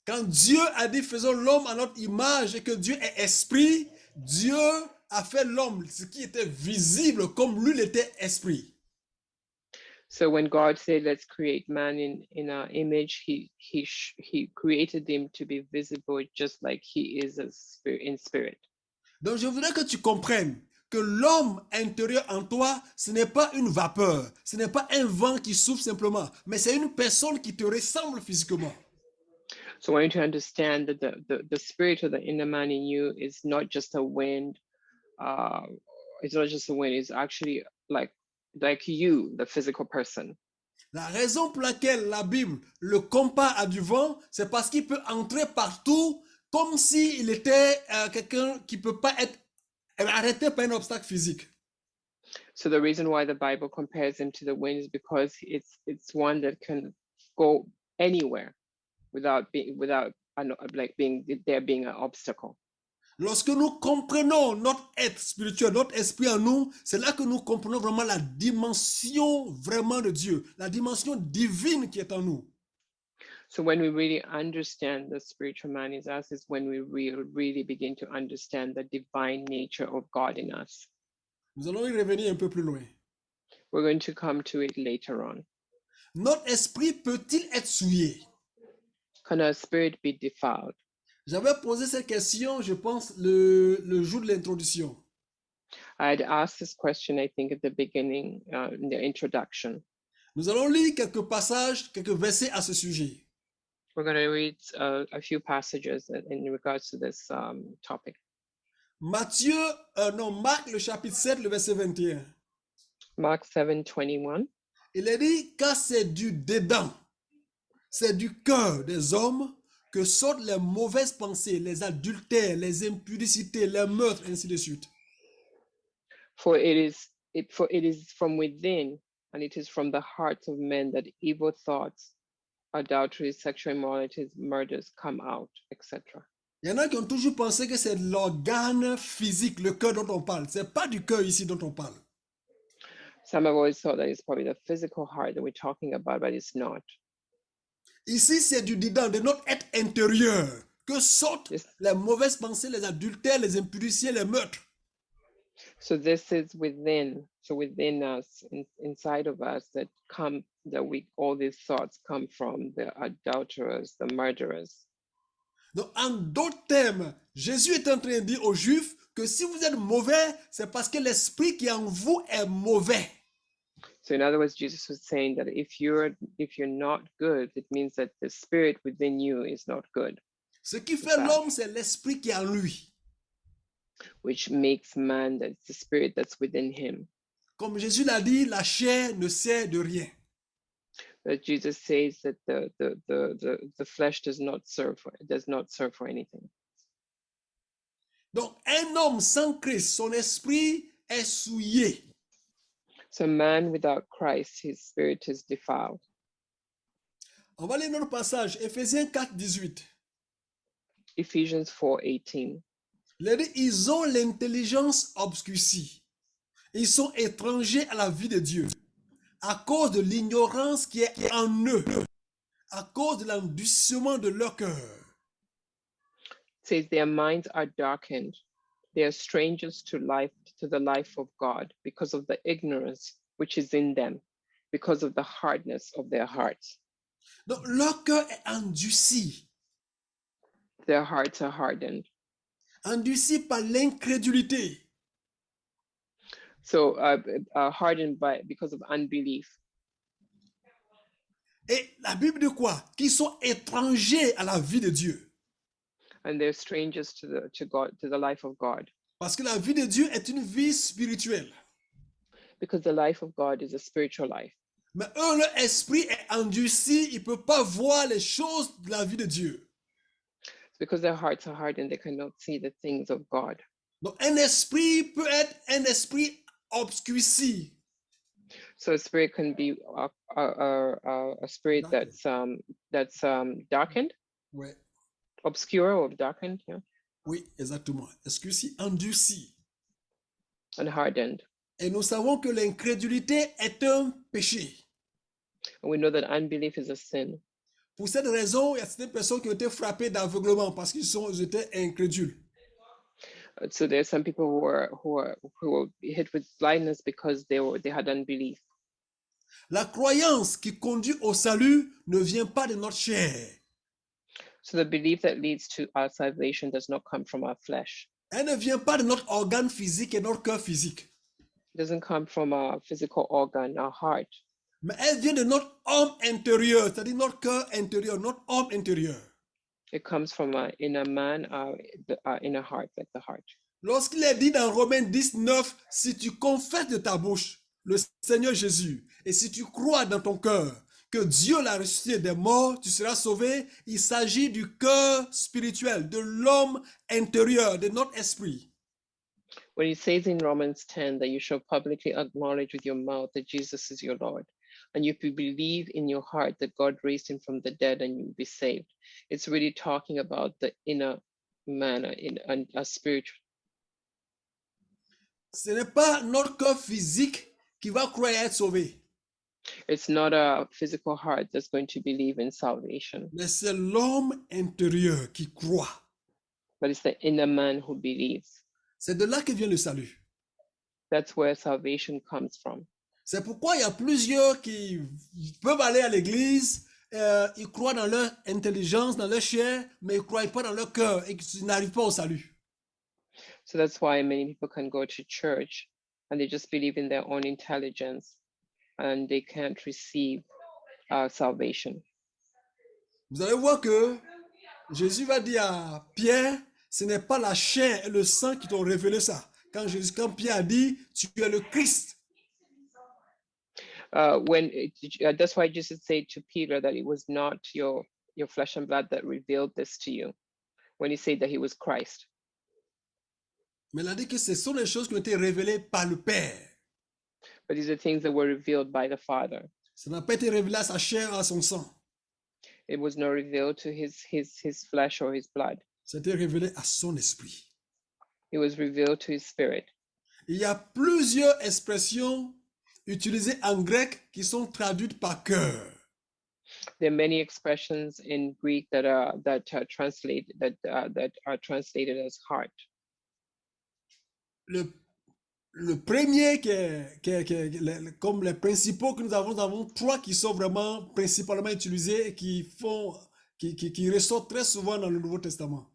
Speaker 1: Quand Dieu a dit faisons l'homme à notre image et que Dieu est esprit, Dieu a fait l'homme, ce qui était visible comme lui l'était esprit.
Speaker 2: So when God said, "Let's create man in in our image," he he sh- he created him to be visible, just like he is a spirit in spirit.
Speaker 1: Donc je voudrais que tu comprennes que l'homme intérieur en toi, ce n'est pas une vapeur, ce n'est pas un vent qui souffle simplement, mais c'est une personne qui te ressemble physiquement.
Speaker 2: So I want you to understand that the, the, the spirit of the inner man in you is not just a wind. Uh, it's not just a wind. It's actually like like you, the physical person.
Speaker 1: La raison pour laquelle la Bible le compare à du vent, c'est parce qu'il peut entrer partout comme s'il était euh, quelqu'un qui ne peut pas être arrêté par un obstacle physique.
Speaker 2: So the reason why the Bible compares him to the wind is because it's it's one that can go anywhere without being without an, like being there being an obstacle.
Speaker 1: Lorsque nous comprenons notre être spirituel, notre esprit en nous, c'est là que nous comprenons vraiment la dimension vraiment de Dieu, la dimension divine qui est en nous.
Speaker 2: So when we really understand the spiritual man is us is when we real really begin to understand the divine nature of God in us.
Speaker 1: Nous allons y revenir un peu plus loin.
Speaker 2: We're going to come to it later on.
Speaker 1: Notre esprit peut-il être souillé
Speaker 2: Can our spirit be defiled?
Speaker 1: J'avais posé cette question, je pense, le, le jour de l'introduction.
Speaker 2: I had asked this question, I think, at the beginning, uh, in the introduction.
Speaker 1: Nous allons lire quelques passages, quelques versets à ce sujet.
Speaker 2: We're going to read uh, a few passages in- in regards to this um, topic.
Speaker 1: Matthieu, euh, non, Marc, le chapitre 7, le verset 21.
Speaker 2: Mark 7 21.
Speaker 1: Il est dit, car c'est du dédain, c'est du cœur des hommes que sortent les mauvaises pensées, les adultères, les impudicités, les meurtres, ainsi de suite.
Speaker 2: For it is it for it is from within, and it is from the hearts of men that evil thoughts, adulteries, sexual immoralities, murders come out, etc.
Speaker 1: Il y en a qui ont toujours pensé que c'est l'organe physique, le cœur dont on parle. C'est pas du cœur ici dont on parle.
Speaker 2: Some have always thought that it's probably the physical heart that we're talking about, but it's not.
Speaker 1: Ici, c'est du dédain, de notre être intérieur, que sortent
Speaker 2: Yes.
Speaker 1: les mauvaises pensées, les adultères, les impudicités, les meurtres.
Speaker 2: so this is within so within us in, inside of us that come that we all these thoughts come from the adulterers the murderers
Speaker 1: Donc, en d'autres termes, Jésus est en train de dire aux Juifs que si vous êtes mauvais, c'est parce que l'esprit qui est en vous est mauvais.
Speaker 2: So in other words, Jesus was saying that if you're if you're not good, it means that the spirit within you is not good,
Speaker 1: Ce qui fait
Speaker 2: ça.
Speaker 1: l'homme, c'est l'esprit qui est en lui.
Speaker 2: which makes man that the spirit that's within him.
Speaker 1: Comme Jésus l'a dit, la chair ne sert de rien.
Speaker 2: But Jesus says that the the the the, the flesh does not serve for does not serve for anything.
Speaker 1: Donc, un homme sans Christ, son esprit est souillé.
Speaker 2: So man without Christ, his spirit is defiled.
Speaker 1: On va lire notre passage, Éphésiens 4, 18.
Speaker 2: Ephesians 4:18.
Speaker 1: Il a dit, ils ont l'intelligence obscurcie. Ils sont étrangers à la vie de Dieu à cause de l'ignorance qui est en eux, à cause de l'endurcissement de leur cœur.
Speaker 2: says their minds are darkened they are strangers to life to the life of god because of the ignorance which is in them because of the hardness of their hearts
Speaker 1: Donc, leur cœur est endurci,
Speaker 2: their hearts are hardened
Speaker 1: endurci par l'incrédulité.
Speaker 2: so uh, b- uh, hardened by because of unbelief
Speaker 1: Et la Bible de quoi Qu'ils sont étrangers à la vie de Dieu.
Speaker 2: and they're strangers to the to god to the life of god
Speaker 1: Parce que la vie de Dieu est une vie spirituelle.
Speaker 2: because the life of god is a spiritual life
Speaker 1: Mais eux, leur esprit est endurci, ils ne peuvent pas voir les choses de la vie de Dieu.
Speaker 2: because their hearts are hardened they cannot see the things of god
Speaker 1: Donc, un esprit peut être un esprit obscurci.
Speaker 2: so a spirit can be a, a, a, a- a spirit
Speaker 1: Darkened.
Speaker 2: that's um that's um darkened
Speaker 1: Ouais,
Speaker 2: obscure or darkened yeah,
Speaker 1: oui, exactement. Obscurci, endurci.
Speaker 2: and hardened.
Speaker 1: Et nous savons que l'incrédulité est un péché.
Speaker 2: And we know that unbelief is a sin.
Speaker 1: Pour cette raison, il y a certaines personnes qui ont été frappées d'aveuglement parce qu'ils sont- ils étaient incrédules.
Speaker 2: Uh, So there are some people who are who are who were hit with blindness because they were they had unbelief.
Speaker 1: La croyance qui conduit au salut ne vient pas de notre chair.
Speaker 2: So the belief that leads to our salvation does not come from our flesh.
Speaker 1: Elle ne vient pas de notre organe physique et notre cœur physique,
Speaker 2: It doesn't come from our physical organ, our heart,
Speaker 1: mais elle vient de notre homme intérieur, c'est-à-dire notre cœur intérieur, notre homme intérieur.
Speaker 2: it comes from our inner man, our, the- our inner heart, like the heart.
Speaker 1: Lorsqu'il est dit dans Romains 19, si tu confesses de ta bouche le Seigneur Jésus et si tu crois dans ton cœur que Dieu l'a ressuscité des morts, tu seras sauvé, il s'agit du cœur spirituel, de l'homme intérieur, de notre esprit.
Speaker 2: When it says in Romans 10 that you shall publicly acknowledge with your mouth that Jesus is your Lord, and if you believe in your heart that God raised him from the dead and you'll be saved, it's really talking about the inner man, uh, in and a spiritual.
Speaker 1: Ce n'est pas notre cœur physique qui va croire être sauvé,
Speaker 2: It's not a physical heart that's going to believe in salvation,
Speaker 1: mais c'est l'homme intérieur qui croit.
Speaker 2: but it's the inner man who believes.
Speaker 1: C'est de là que vient le salut.
Speaker 2: That's where salvation comes from.
Speaker 1: C'est pourquoi il y a plusieurs qui peuvent aller à l'église, euh, ils croient dans leur intelligence, dans leur chair, mais ils ne croient pas dans leur cœur et qu'ils n'arrivent pas au salut.
Speaker 2: So that's why many people can go to church and they just believe in their own intelligence and they can't receive uh, salvation.
Speaker 1: Vous allez voir que Jésus va dire à Pierre, ce n'est pas la chair et le sang qui t'ont révélé ça. Quand, Jésus, quand Pierre a dit, tu es le Christ,
Speaker 2: Uh, when it, j- uh, that's why Jesus said to Peter that it was not your your flesh and blood that revealed this to you, when he said that he was Christ.
Speaker 1: mais il a dit que ce sont des choses qui ont été révélées par le Père.
Speaker 2: But these are things that were revealed by the Father.
Speaker 1: Ça n'a pas été révélé à sa chair, à son sang.
Speaker 2: It was not revealed to his his his flesh or his blood.
Speaker 1: C'était révélé à son esprit.
Speaker 2: It was revealed to his spirit.
Speaker 1: Il y a plusieurs expressions utilisées en grec qui sont traduites par cœur.
Speaker 2: There are many expressions in Greek that are that are translated that uh, that are translated as heart.
Speaker 1: Le, le premier, qui est, qui est- qui est- le- le- comme les principaux que nous avons, nous avons trois qui sont vraiment principalement utilisés et qui font qui, qui- qui ressort très souvent dans le Nouveau Testament.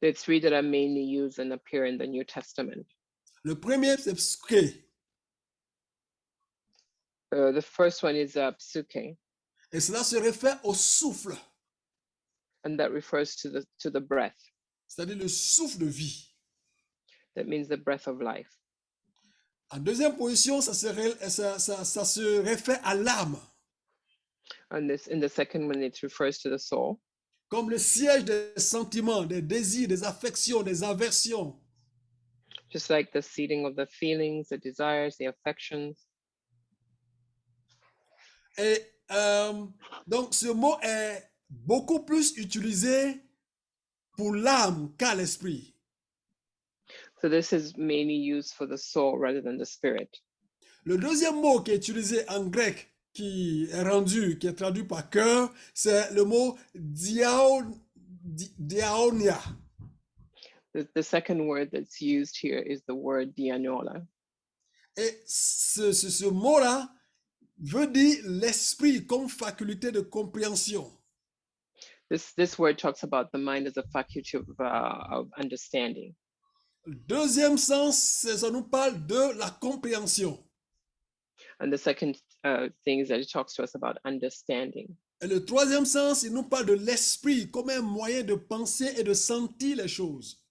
Speaker 2: The three that are mainly used and appear in the New Testament.
Speaker 1: Le premier, c'est psuké.
Speaker 2: Uh, the first one is uh, psuche,
Speaker 1: Et cela se réfère au souffle,
Speaker 2: and that refers to the to the breath.
Speaker 1: c'est-à-dire le souffle de vie.
Speaker 2: That means the breath of life.
Speaker 1: En deuxième position, ça se, ré- ça- ça- ça se réfère à l'âme,
Speaker 2: And this in the second one, it refers to the soul,
Speaker 1: comme le siège des sentiments, des désirs, des affections, des aversions.
Speaker 2: just like the seating of the feelings, the desires, the affections.
Speaker 1: Et euh, donc, ce mot est beaucoup plus utilisé pour l'âme qu'à l'esprit.
Speaker 2: So this is mainly used for the soul rather than the spirit.
Speaker 1: Le deuxième mot qui est utilisé en grec, qui est rendu, qui est traduit par cœur, c'est le mot diao- di- diaonia.
Speaker 2: The, the second word that's used here is the word dianola,
Speaker 1: Et ce, ce- ce mot-là veut dire l'esprit comme faculté de compréhension.
Speaker 2: This this word talks about the mind as a faculty of, uh, of understanding.
Speaker 1: Le Deuxième sens, c'est- ça nous parle de la compréhension.
Speaker 2: And the second uh, thing is that it talks to us about understanding.
Speaker 1: Et le troisième sens, il nous parle de l'esprit comme un moyen de penser et de sentir les choses.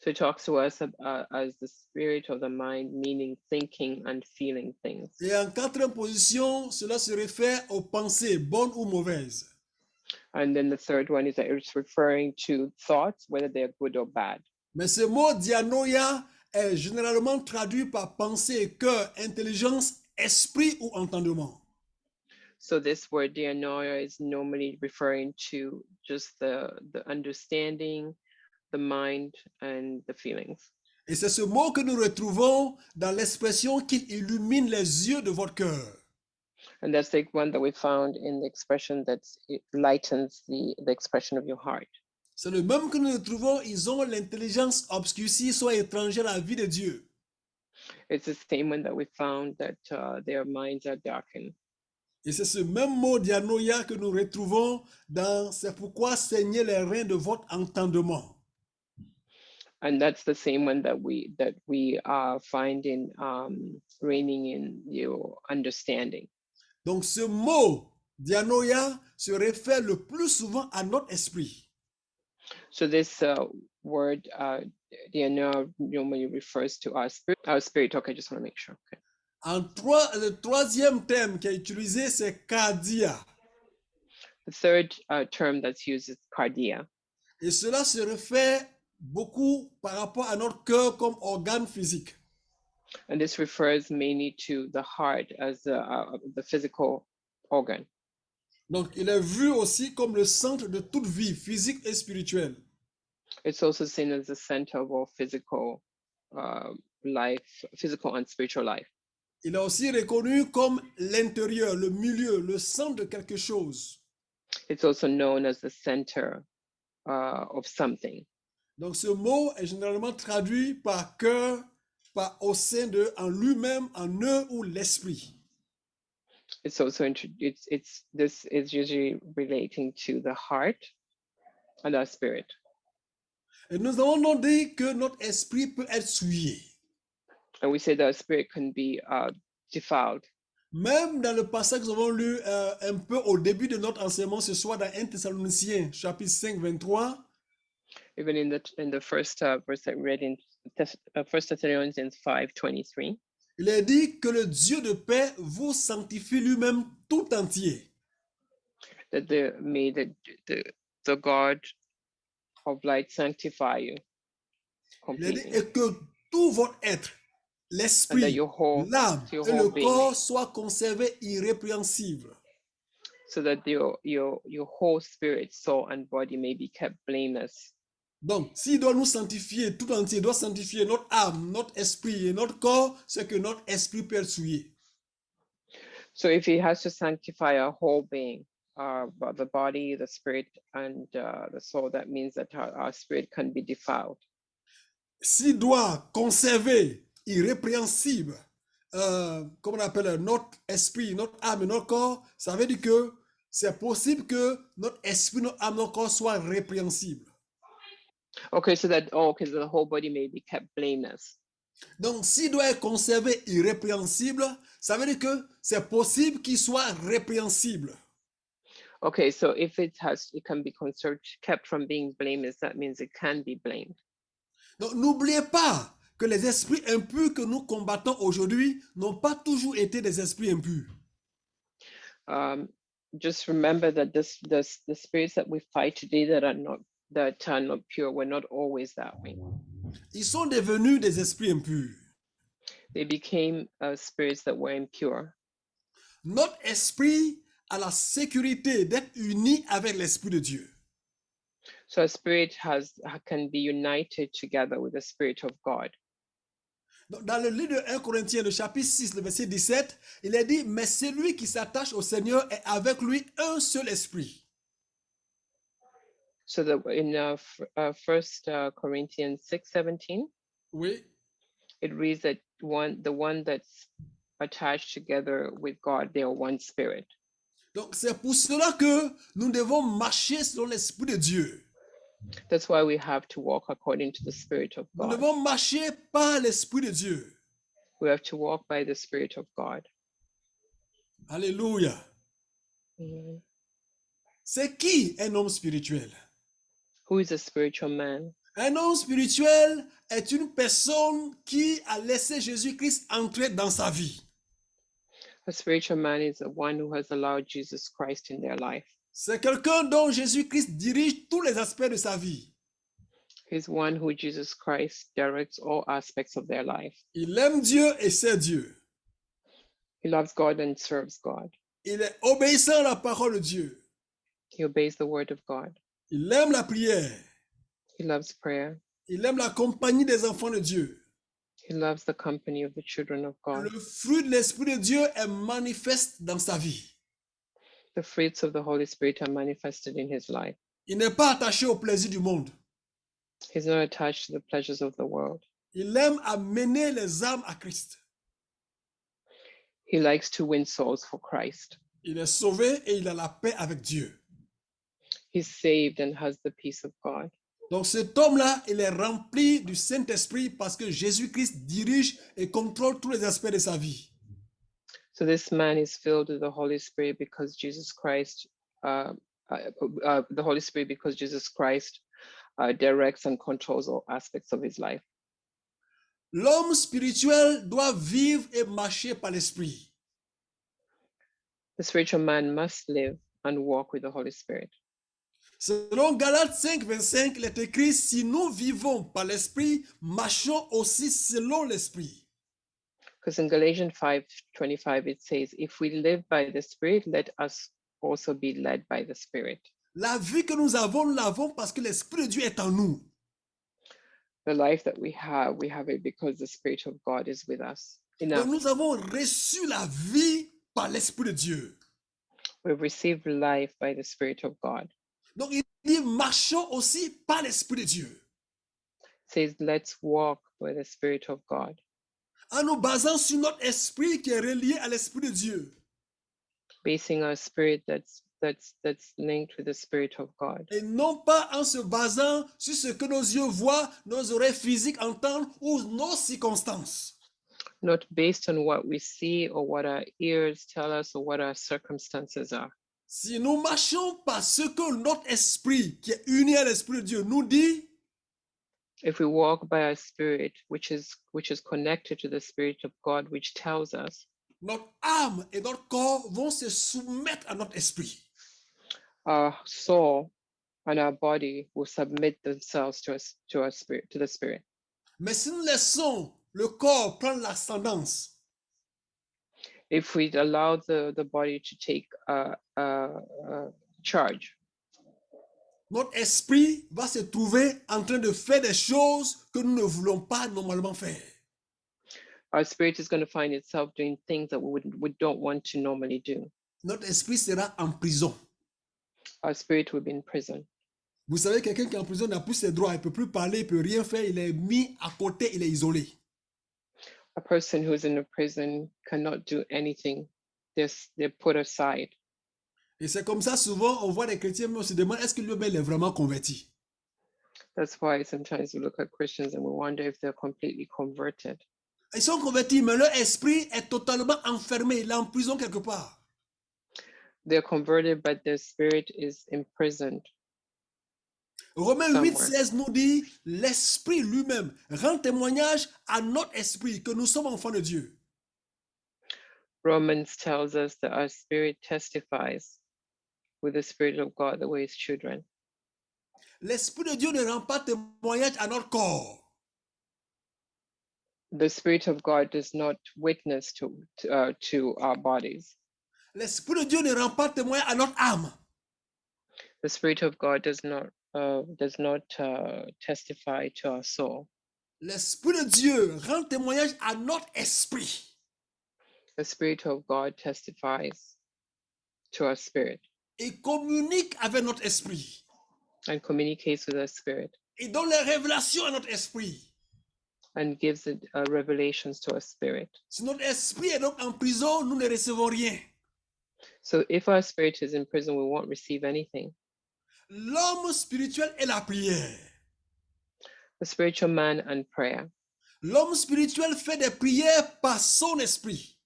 Speaker 2: So it talks to us ab- uh, as the spirit of the mind, meaning thinking and feeling things.
Speaker 1: Et en quatrième position, cela se réfère aux pensées, bonnes ou mauvaises.
Speaker 2: And then the third one is that it's referring to thoughts, whether they're good or bad.
Speaker 1: Mais ce mot dianoia est généralement traduit par pensée, cœur, intelligence, esprit ou entendement.
Speaker 2: So this word dianoia is normally referring to just the the understanding, the mind, and the feelings.
Speaker 1: Et c'est ce mot que nous retrouvons dans l'expression qu'il illumine les yeux de votre cœur.
Speaker 2: And that's the one that we found in the expression that's it lightens the, the expression of your heart.
Speaker 1: C'est le même que nous retrouvons, ils ont l'intelligence obscurcie, soit étrangère à la vie de Dieu.
Speaker 2: It's the same one that we found that uh, their minds are darkened.
Speaker 1: Et c'est ce même mot dianoia que nous retrouvons dans C'est pourquoi saignez les reins de votre entendement.
Speaker 2: And that's the same one that we that we uh, find in um, reigning in your understanding.
Speaker 1: Donc ce mot dianoia se réfère le plus souvent à notre esprit.
Speaker 2: So this uh, word, uh, dianoia, normally refers to our spirit. Our spirit. Okay, I just want to make sure. Okay.
Speaker 1: En trois, le troisième thème qui est utilisé, c'est cardia.
Speaker 2: The third uh, term that's used is cardia,
Speaker 1: Et cela se réfère beaucoup par rapport à notre cœur comme organe physique.
Speaker 2: and this refers mainly to the heart as the, uh, the physical organ.
Speaker 1: Donc, il est vu aussi comme le centre de toute vie physique et spirituelle.
Speaker 2: it's also seen as the center of all physical uh, life, physical and spiritual life.
Speaker 1: Il est aussi reconnu comme l'intérieur, le milieu, le centre de quelque chose.
Speaker 2: It's also known as the center uh, of something.
Speaker 1: Donc, ce mot est généralement traduit par cœur, par au sein de, en lui-même, en eux ou l'esprit.
Speaker 2: It's also intro- it's it's this is usually relating to the heart and our spirit.
Speaker 1: Et nous avons donc dit que notre esprit peut être souillé.
Speaker 2: And we say that our spirit can be uh, defiled.
Speaker 1: Même dans le passage que nous avons lu euh, un peu au début de notre enseignement ce soir dans 1 Thessaloniciens, chapitre 5, 23,
Speaker 2: Even in the in the first uh, verse that we read in Thess- uh, First Thessalonians five twenty three,
Speaker 1: il est dit que le Dieu de paix vous sanctifie lui-même tout entier.
Speaker 2: that the may the the the God of light sanctify you
Speaker 1: Il est dit
Speaker 2: completely.
Speaker 1: et que tout votre être,
Speaker 2: and that
Speaker 1: l'esprit,
Speaker 2: your whole
Speaker 1: l'âme et
Speaker 2: your
Speaker 1: le
Speaker 2: whole being.
Speaker 1: corps soient conservés irrépréhensibles.
Speaker 2: so that your your your whole spirit soul and body may be kept blameless
Speaker 1: Donc, s'il doit nous sanctifier tout entier, il doit sanctifier notre âme, notre esprit et notre corps, c'est que notre esprit peut être souillé.
Speaker 2: so if he has to sanctify our whole being uh bo- the body the spirit and uh, the soul that means that our, our spirit can be defiled
Speaker 1: s'il doit conserver irrépréhensible, euh, comme on appelle, notre esprit, notre âme et notre corps, ça veut dire que c'est possible que notre esprit, notre âme, notre corps soient répréhensibles.
Speaker 2: Okay, so that oh, okay, so the whole body may be kept blameless.
Speaker 1: Donc, s'il doit être conservé irrépréhensible, ça veut dire que c'est possible qu'il soit répréhensible.
Speaker 2: Okay, so if it has, it can be conserved, kept from being blameless. That means it can be blamed.
Speaker 1: Donc, n'oubliez pas que les esprits impurs que nous combattons aujourd'hui n'ont pas toujours été des esprits impurs.
Speaker 2: Um, just remember that this, this, the spirits that we fight today that are not that are not pure were not always that way.
Speaker 1: Ils sont devenus des esprits impurs.
Speaker 2: They became uh, spirits that were impure.
Speaker 1: Notre esprit a la sécurité d'être uni avec l'Esprit de Dieu.
Speaker 2: So a spirit has can be united together with the spirit of God.
Speaker 1: Donc, Dans le livre de 1 Corinthiens, le chapitre 6, le verset 17, il est dit, mais celui qui s'attache au Seigneur est avec lui un seul esprit.
Speaker 2: So that in uh, f- uh, First uh, Corinthians six seventeen,
Speaker 1: Oui.
Speaker 2: it reads that one the one that's attached together with God, they are one spirit.
Speaker 1: Donc c'est pour cela que nous devons marcher selon l'Esprit de Dieu.
Speaker 2: That's why we have to walk according to the spirit of
Speaker 1: Nous
Speaker 2: God.
Speaker 1: devons marcher par l'Esprit de Dieu.
Speaker 2: We have to walk by the spirit of God.
Speaker 1: Alléluia.
Speaker 2: Mhm.
Speaker 1: C'est qui un homme spirituel?
Speaker 2: Who is a spiritual man?
Speaker 1: Un homme spirituel est une personne qui a laissé Jésus-Christ entrer dans sa vie.
Speaker 2: A spiritual man is the one who has allowed Jesus Christ in their life.
Speaker 1: C'est quelqu'un dont Jésus-Christ dirige tous les aspects de sa vie.
Speaker 2: He's one who Jesus Christ directs all aspects of their life.
Speaker 1: Il aime Dieu et sait Dieu.
Speaker 2: He loves God and serves God.
Speaker 1: Il est obéissant à la parole de Dieu.
Speaker 2: He obeys the word of God.
Speaker 1: Il aime la prière.
Speaker 2: He loves prayer.
Speaker 1: Il aime la compagnie des enfants de Dieu.
Speaker 2: He loves the company of the children of God.
Speaker 1: Le fruit de l'Esprit de Dieu est manifeste dans sa vie.
Speaker 2: The fruits of the Holy Spirit are manifested in his life.
Speaker 1: Il n'est pas attaché au plaisir du monde.
Speaker 2: He's not attached to the pleasures of the world.
Speaker 1: Il aime amener les âmes à Christ.
Speaker 2: He likes to win souls for Christ.
Speaker 1: Il est sauvé et il a la paix avec Dieu.
Speaker 2: He's saved and has the peace of God.
Speaker 1: Donc cet homme-là, il est rempli du Saint-Esprit parce que Jésus-Christ dirige et contrôle tous les aspects de sa vie.
Speaker 2: So this man is filled with the Holy Spirit because Jesus Christ, uh, uh, uh, the Holy Spirit, because Jesus Christ uh, directs and controls all aspects of his life.
Speaker 1: L'homme spirituel doit vivre et marcher par l'Esprit.
Speaker 2: The spiritual man must live and walk with the Holy Spirit.
Speaker 1: Selon Galates 5, 25, il est écrit, si nous vivons par l'Esprit, marchons aussi selon l'Esprit.
Speaker 2: Because in Galatians 5 25, it says, If we live by the Spirit, let us also be led by the Spirit.
Speaker 1: La vie que nous avons, nous l'avons parce que l'Esprit de Dieu est en nous.
Speaker 2: The life that we have, we have it because the Spirit of God is with us. In
Speaker 1: Donc
Speaker 2: us,
Speaker 1: nous avons reçu la vie par l'Esprit de Dieu.
Speaker 2: we've received life by the Spirit of God.
Speaker 1: Donc il dit, marchons aussi par l'Esprit de Dieu.
Speaker 2: It says, Let's walk by the Spirit of God.
Speaker 1: En nous basant sur notre esprit qui est relié à l'Esprit de Dieu.
Speaker 2: basing our spirit that's that's that's linked with the spirit of god
Speaker 1: Et non pas en se basant sur ce que nos yeux voient, nos oreilles physiques entendent ou nos circonstances.
Speaker 2: not based on what we see or what our ears tell us or what our circumstances are
Speaker 1: Si nous marchons par ce que notre esprit, qui est uni à l'Esprit de Dieu, nous dit,
Speaker 2: if we walk by our spirit which is which is connected to the spirit of god which tells us
Speaker 1: notre âme et notre corps vont se soumettre à notre esprit.
Speaker 2: our soul and our body will submit themselves to us to our spirit to the spirit
Speaker 1: Mais si nous laissons le corps prendre l'ascendance,
Speaker 2: if we allow the the body to take uh, uh, uh, charge
Speaker 1: notre esprit va se trouver en train de faire des choses que nous ne voulons pas normalement faire.
Speaker 2: our spirit is going to find itself doing things that we, would, we don't want to normally do
Speaker 1: Notre esprit sera en prison.
Speaker 2: our spirit will be in prison.
Speaker 1: Vous savez, quelqu'un qui est en prison n'a plus ses droits, il ne peut plus parler, il ne peut rien faire, il est mis à côté, il est isolé.
Speaker 2: A person who is in a prison cannot do anything. They're, s- they're put aside.
Speaker 1: Et c'est comme ça, souvent, on voit les chrétiens, mais on se demande est-ce que l'homme est vraiment converti
Speaker 2: That's why sometimes we look at Christians and we wonder if they're completely converted.
Speaker 1: Ils sont convertis, mais leur esprit est totalement enfermé, il est en prison quelque part.
Speaker 2: They're converted, but their spirit is imprisoned.
Speaker 1: Romains 8,
Speaker 2: Somewhere.
Speaker 1: 16 nous dit L'esprit lui-même rend témoignage à notre esprit que nous sommes enfants de Dieu.
Speaker 2: Romans tells us that our spirit testifies with the Spirit of God that we're his children.
Speaker 1: L'esprit de Dieu ne rend pas témoignage à notre corps.
Speaker 2: The Spirit of God does not witness to, to, uh, to our bodies.
Speaker 1: L'esprit de Dieu ne rend pas témoignage à notre âme.
Speaker 2: The Spirit of God does not uh, does not uh, testify to our soul.
Speaker 1: L'esprit de Dieu rend témoignage à notre esprit.
Speaker 2: The Spirit of God testifies to our spirit
Speaker 1: et communique avec notre esprit.
Speaker 2: and communicates with our spirit
Speaker 1: Il donne les révélations à notre esprit.
Speaker 2: and gives it, uh, revelations to our spirit.
Speaker 1: Si notre esprit est donc en prison, nous ne recevons rien.
Speaker 2: So if our spirit is in prison, we won't receive anything.
Speaker 1: L'homme spirituel est la prière.
Speaker 2: The spiritual man and prayer.
Speaker 1: L'homme spirituel fait des prières par son esprit.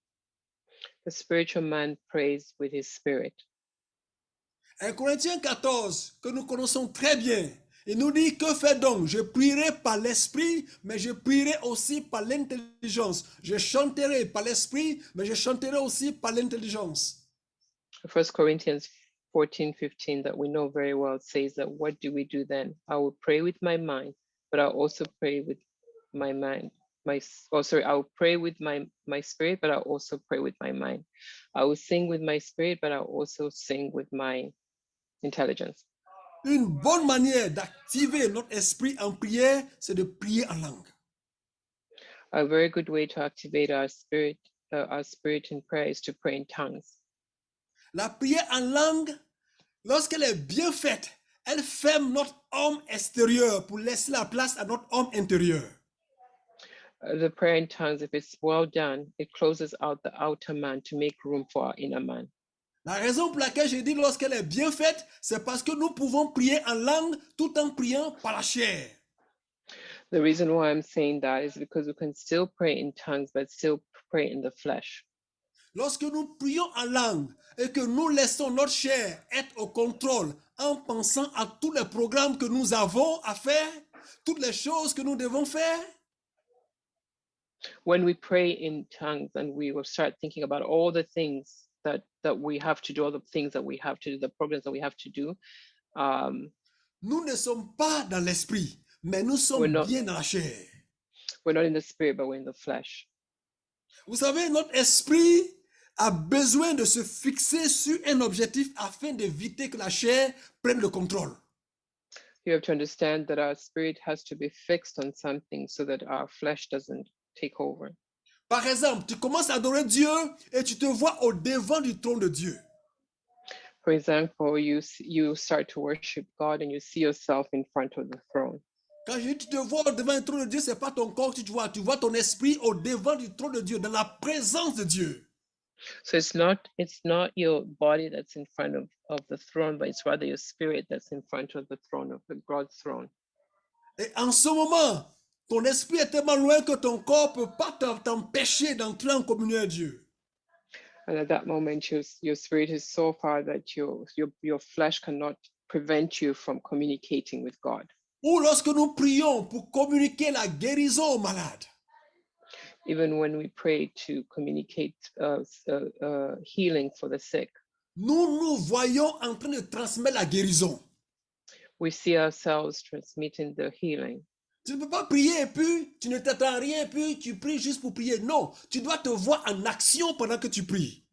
Speaker 2: The spiritual man prays with his spirit.
Speaker 1: 1 Corinthiens 14, que nous connaissons très bien, il nous dit que fait donc Je prierai par l'esprit, mais je prierai aussi par l'intelligence. Je chanterai par l'esprit, mais je chanterai aussi par l'intelligence.
Speaker 2: First Corinthians 14, 15, that we know very well says that what do we do then? I will pray with my mind, but I'll also pray with my mind. My s- oh sorry, I will pray with my my spirit, but I'll also pray with my mind. I will sing with my spirit, but I'll also sing with my intelligence.
Speaker 1: Une bonne manière d'activer notre esprit en prière, c'est de prier en langue.
Speaker 2: A very good way to activate our spirit, uh, our spirit in prayer is to pray in tongues.
Speaker 1: La prière en langue, lorsqu'elle est bien faite, elle ferme notre homme extérieur pour laisser la place à notre homme intérieur.
Speaker 2: Uh, The prayer in tongues, if it's well done, it closes out the outer man to make room for our inner man.
Speaker 1: La raison pour laquelle je dis lorsqu'elle est bien faite, c'est parce que nous pouvons prier en langue tout en priant par la chair.
Speaker 2: The reason why I'm saying that is because we can still pray in tongues, but still pray in the flesh.
Speaker 1: Lorsque nous prions en langue et que nous laissons notre chair être au contrôle en pensant à tous les programmes que nous avons à faire, toutes les choses que nous devons faire,
Speaker 2: When we pray in tongues and we will start thinking about all the things that, that we have to do, all the things that we have to do, the programs that we have to do, um,
Speaker 1: Nous ne sommes pas dans l'esprit, mais nous
Speaker 2: We're
Speaker 1: sommes
Speaker 2: not.
Speaker 1: bien dans la chair.
Speaker 2: we're not in the spirit, but we're in the flesh.
Speaker 1: Vous savez, notre esprit a besoin de se fixer sur un objectif afin d'éviter que la chair prenne le contrôle.
Speaker 2: You have to understand that our spirit has to be fixed on something so that our flesh doesn't take over.
Speaker 1: Par exemple, tu commences à adorer Dieu et tu te vois au devant du trône de Dieu.
Speaker 2: For example, you s- you start to worship God and you see yourself in front of the throne.
Speaker 1: Quand je dis tu te vois au devant du trône de Dieu, ce n'est pas ton corps que tu vois, tu vois ton esprit au devant du trône de Dieu, dans la présence de Dieu.
Speaker 2: So it's not it's not your body that's in front of, of the throne, but it's rather your spirit that's in front of the throne of the God's throne.
Speaker 1: Et en ce moment, ton esprit est tellement loin que ton corps ne peut pas t'en- t'empêcher d'entrer en communion avec Dieu.
Speaker 2: And at that moment, your s- your spirit is so far that your your your flesh cannot prevent you from communicating with God.
Speaker 1: ou lorsque nous prions pour communiquer la guérison aux malades,
Speaker 2: Even when we pray to communicate uh, s- uh, uh, healing for the sick,
Speaker 1: nous nous voyons en train de transmettre la guérison.
Speaker 2: we see ourselves transmitting the healing.
Speaker 1: Tu ne peux pas prier et puis tu ne t'attends à rien, puis tu pries juste pour prier. Non, tu dois te voir en action pendant que tu pries.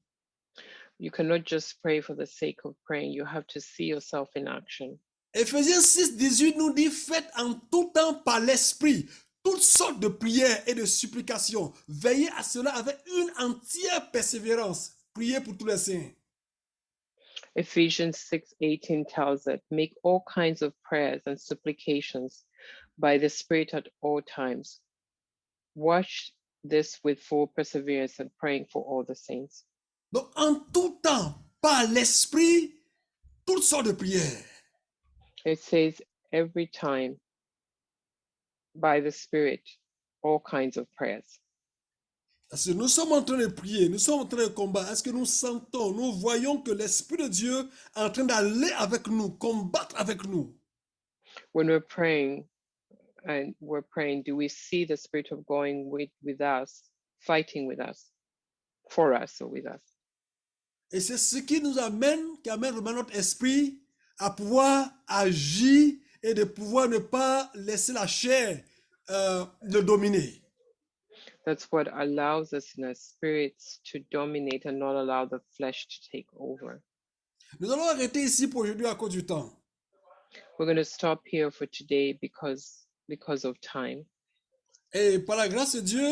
Speaker 2: You cannot just pray for the sake of praying. You have to see yourself in action.
Speaker 1: Ephésiens 6, 18 nous dit Faites en tout temps par l'Esprit toutes sortes de prières et de supplications. Veillez à cela avec une entière persévérance. Priez pour tous les saints.
Speaker 2: Ephesians 6:18 tells us, "Make all kinds of prayers and supplications by the Spirit at all times. Watch this with full perseverance and praying for all the saints."
Speaker 1: Donc, en tout temps, par l'Esprit toutes sortes de prières.
Speaker 2: It says every time by the Spirit, all kinds of prayers.
Speaker 1: Parce que nous sommes en train de prier, nous sommes en train de combattre. Est-ce que nous sentons, nous voyons que l'Esprit de Dieu est en train d'aller avec nous, combattre avec nous?
Speaker 2: When we're praying and we're praying, do we see the Spirit of going with, with us, fighting with us, for us or with us?
Speaker 1: Et c'est ce qui nous amène, qui amène vraiment notre esprit à pouvoir agir et de pouvoir ne pas laisser la chair euh, le dominer.
Speaker 2: That's what allows us in our spirits to dominate and not allow the flesh to take over.
Speaker 1: Nous allons arrêter ici pour aujourd'hui à cause du temps.
Speaker 2: We're going to stop here for today because because of time.
Speaker 1: Et par la grâce de Dieu,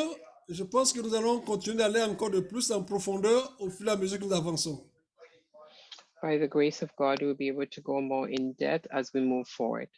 Speaker 1: je pense que nous allons continuer d'aller encore de plus en profondeur au fur et à mesure que nous avançons.
Speaker 2: By the grace of God, we'll be able to go more in depth as we move forward.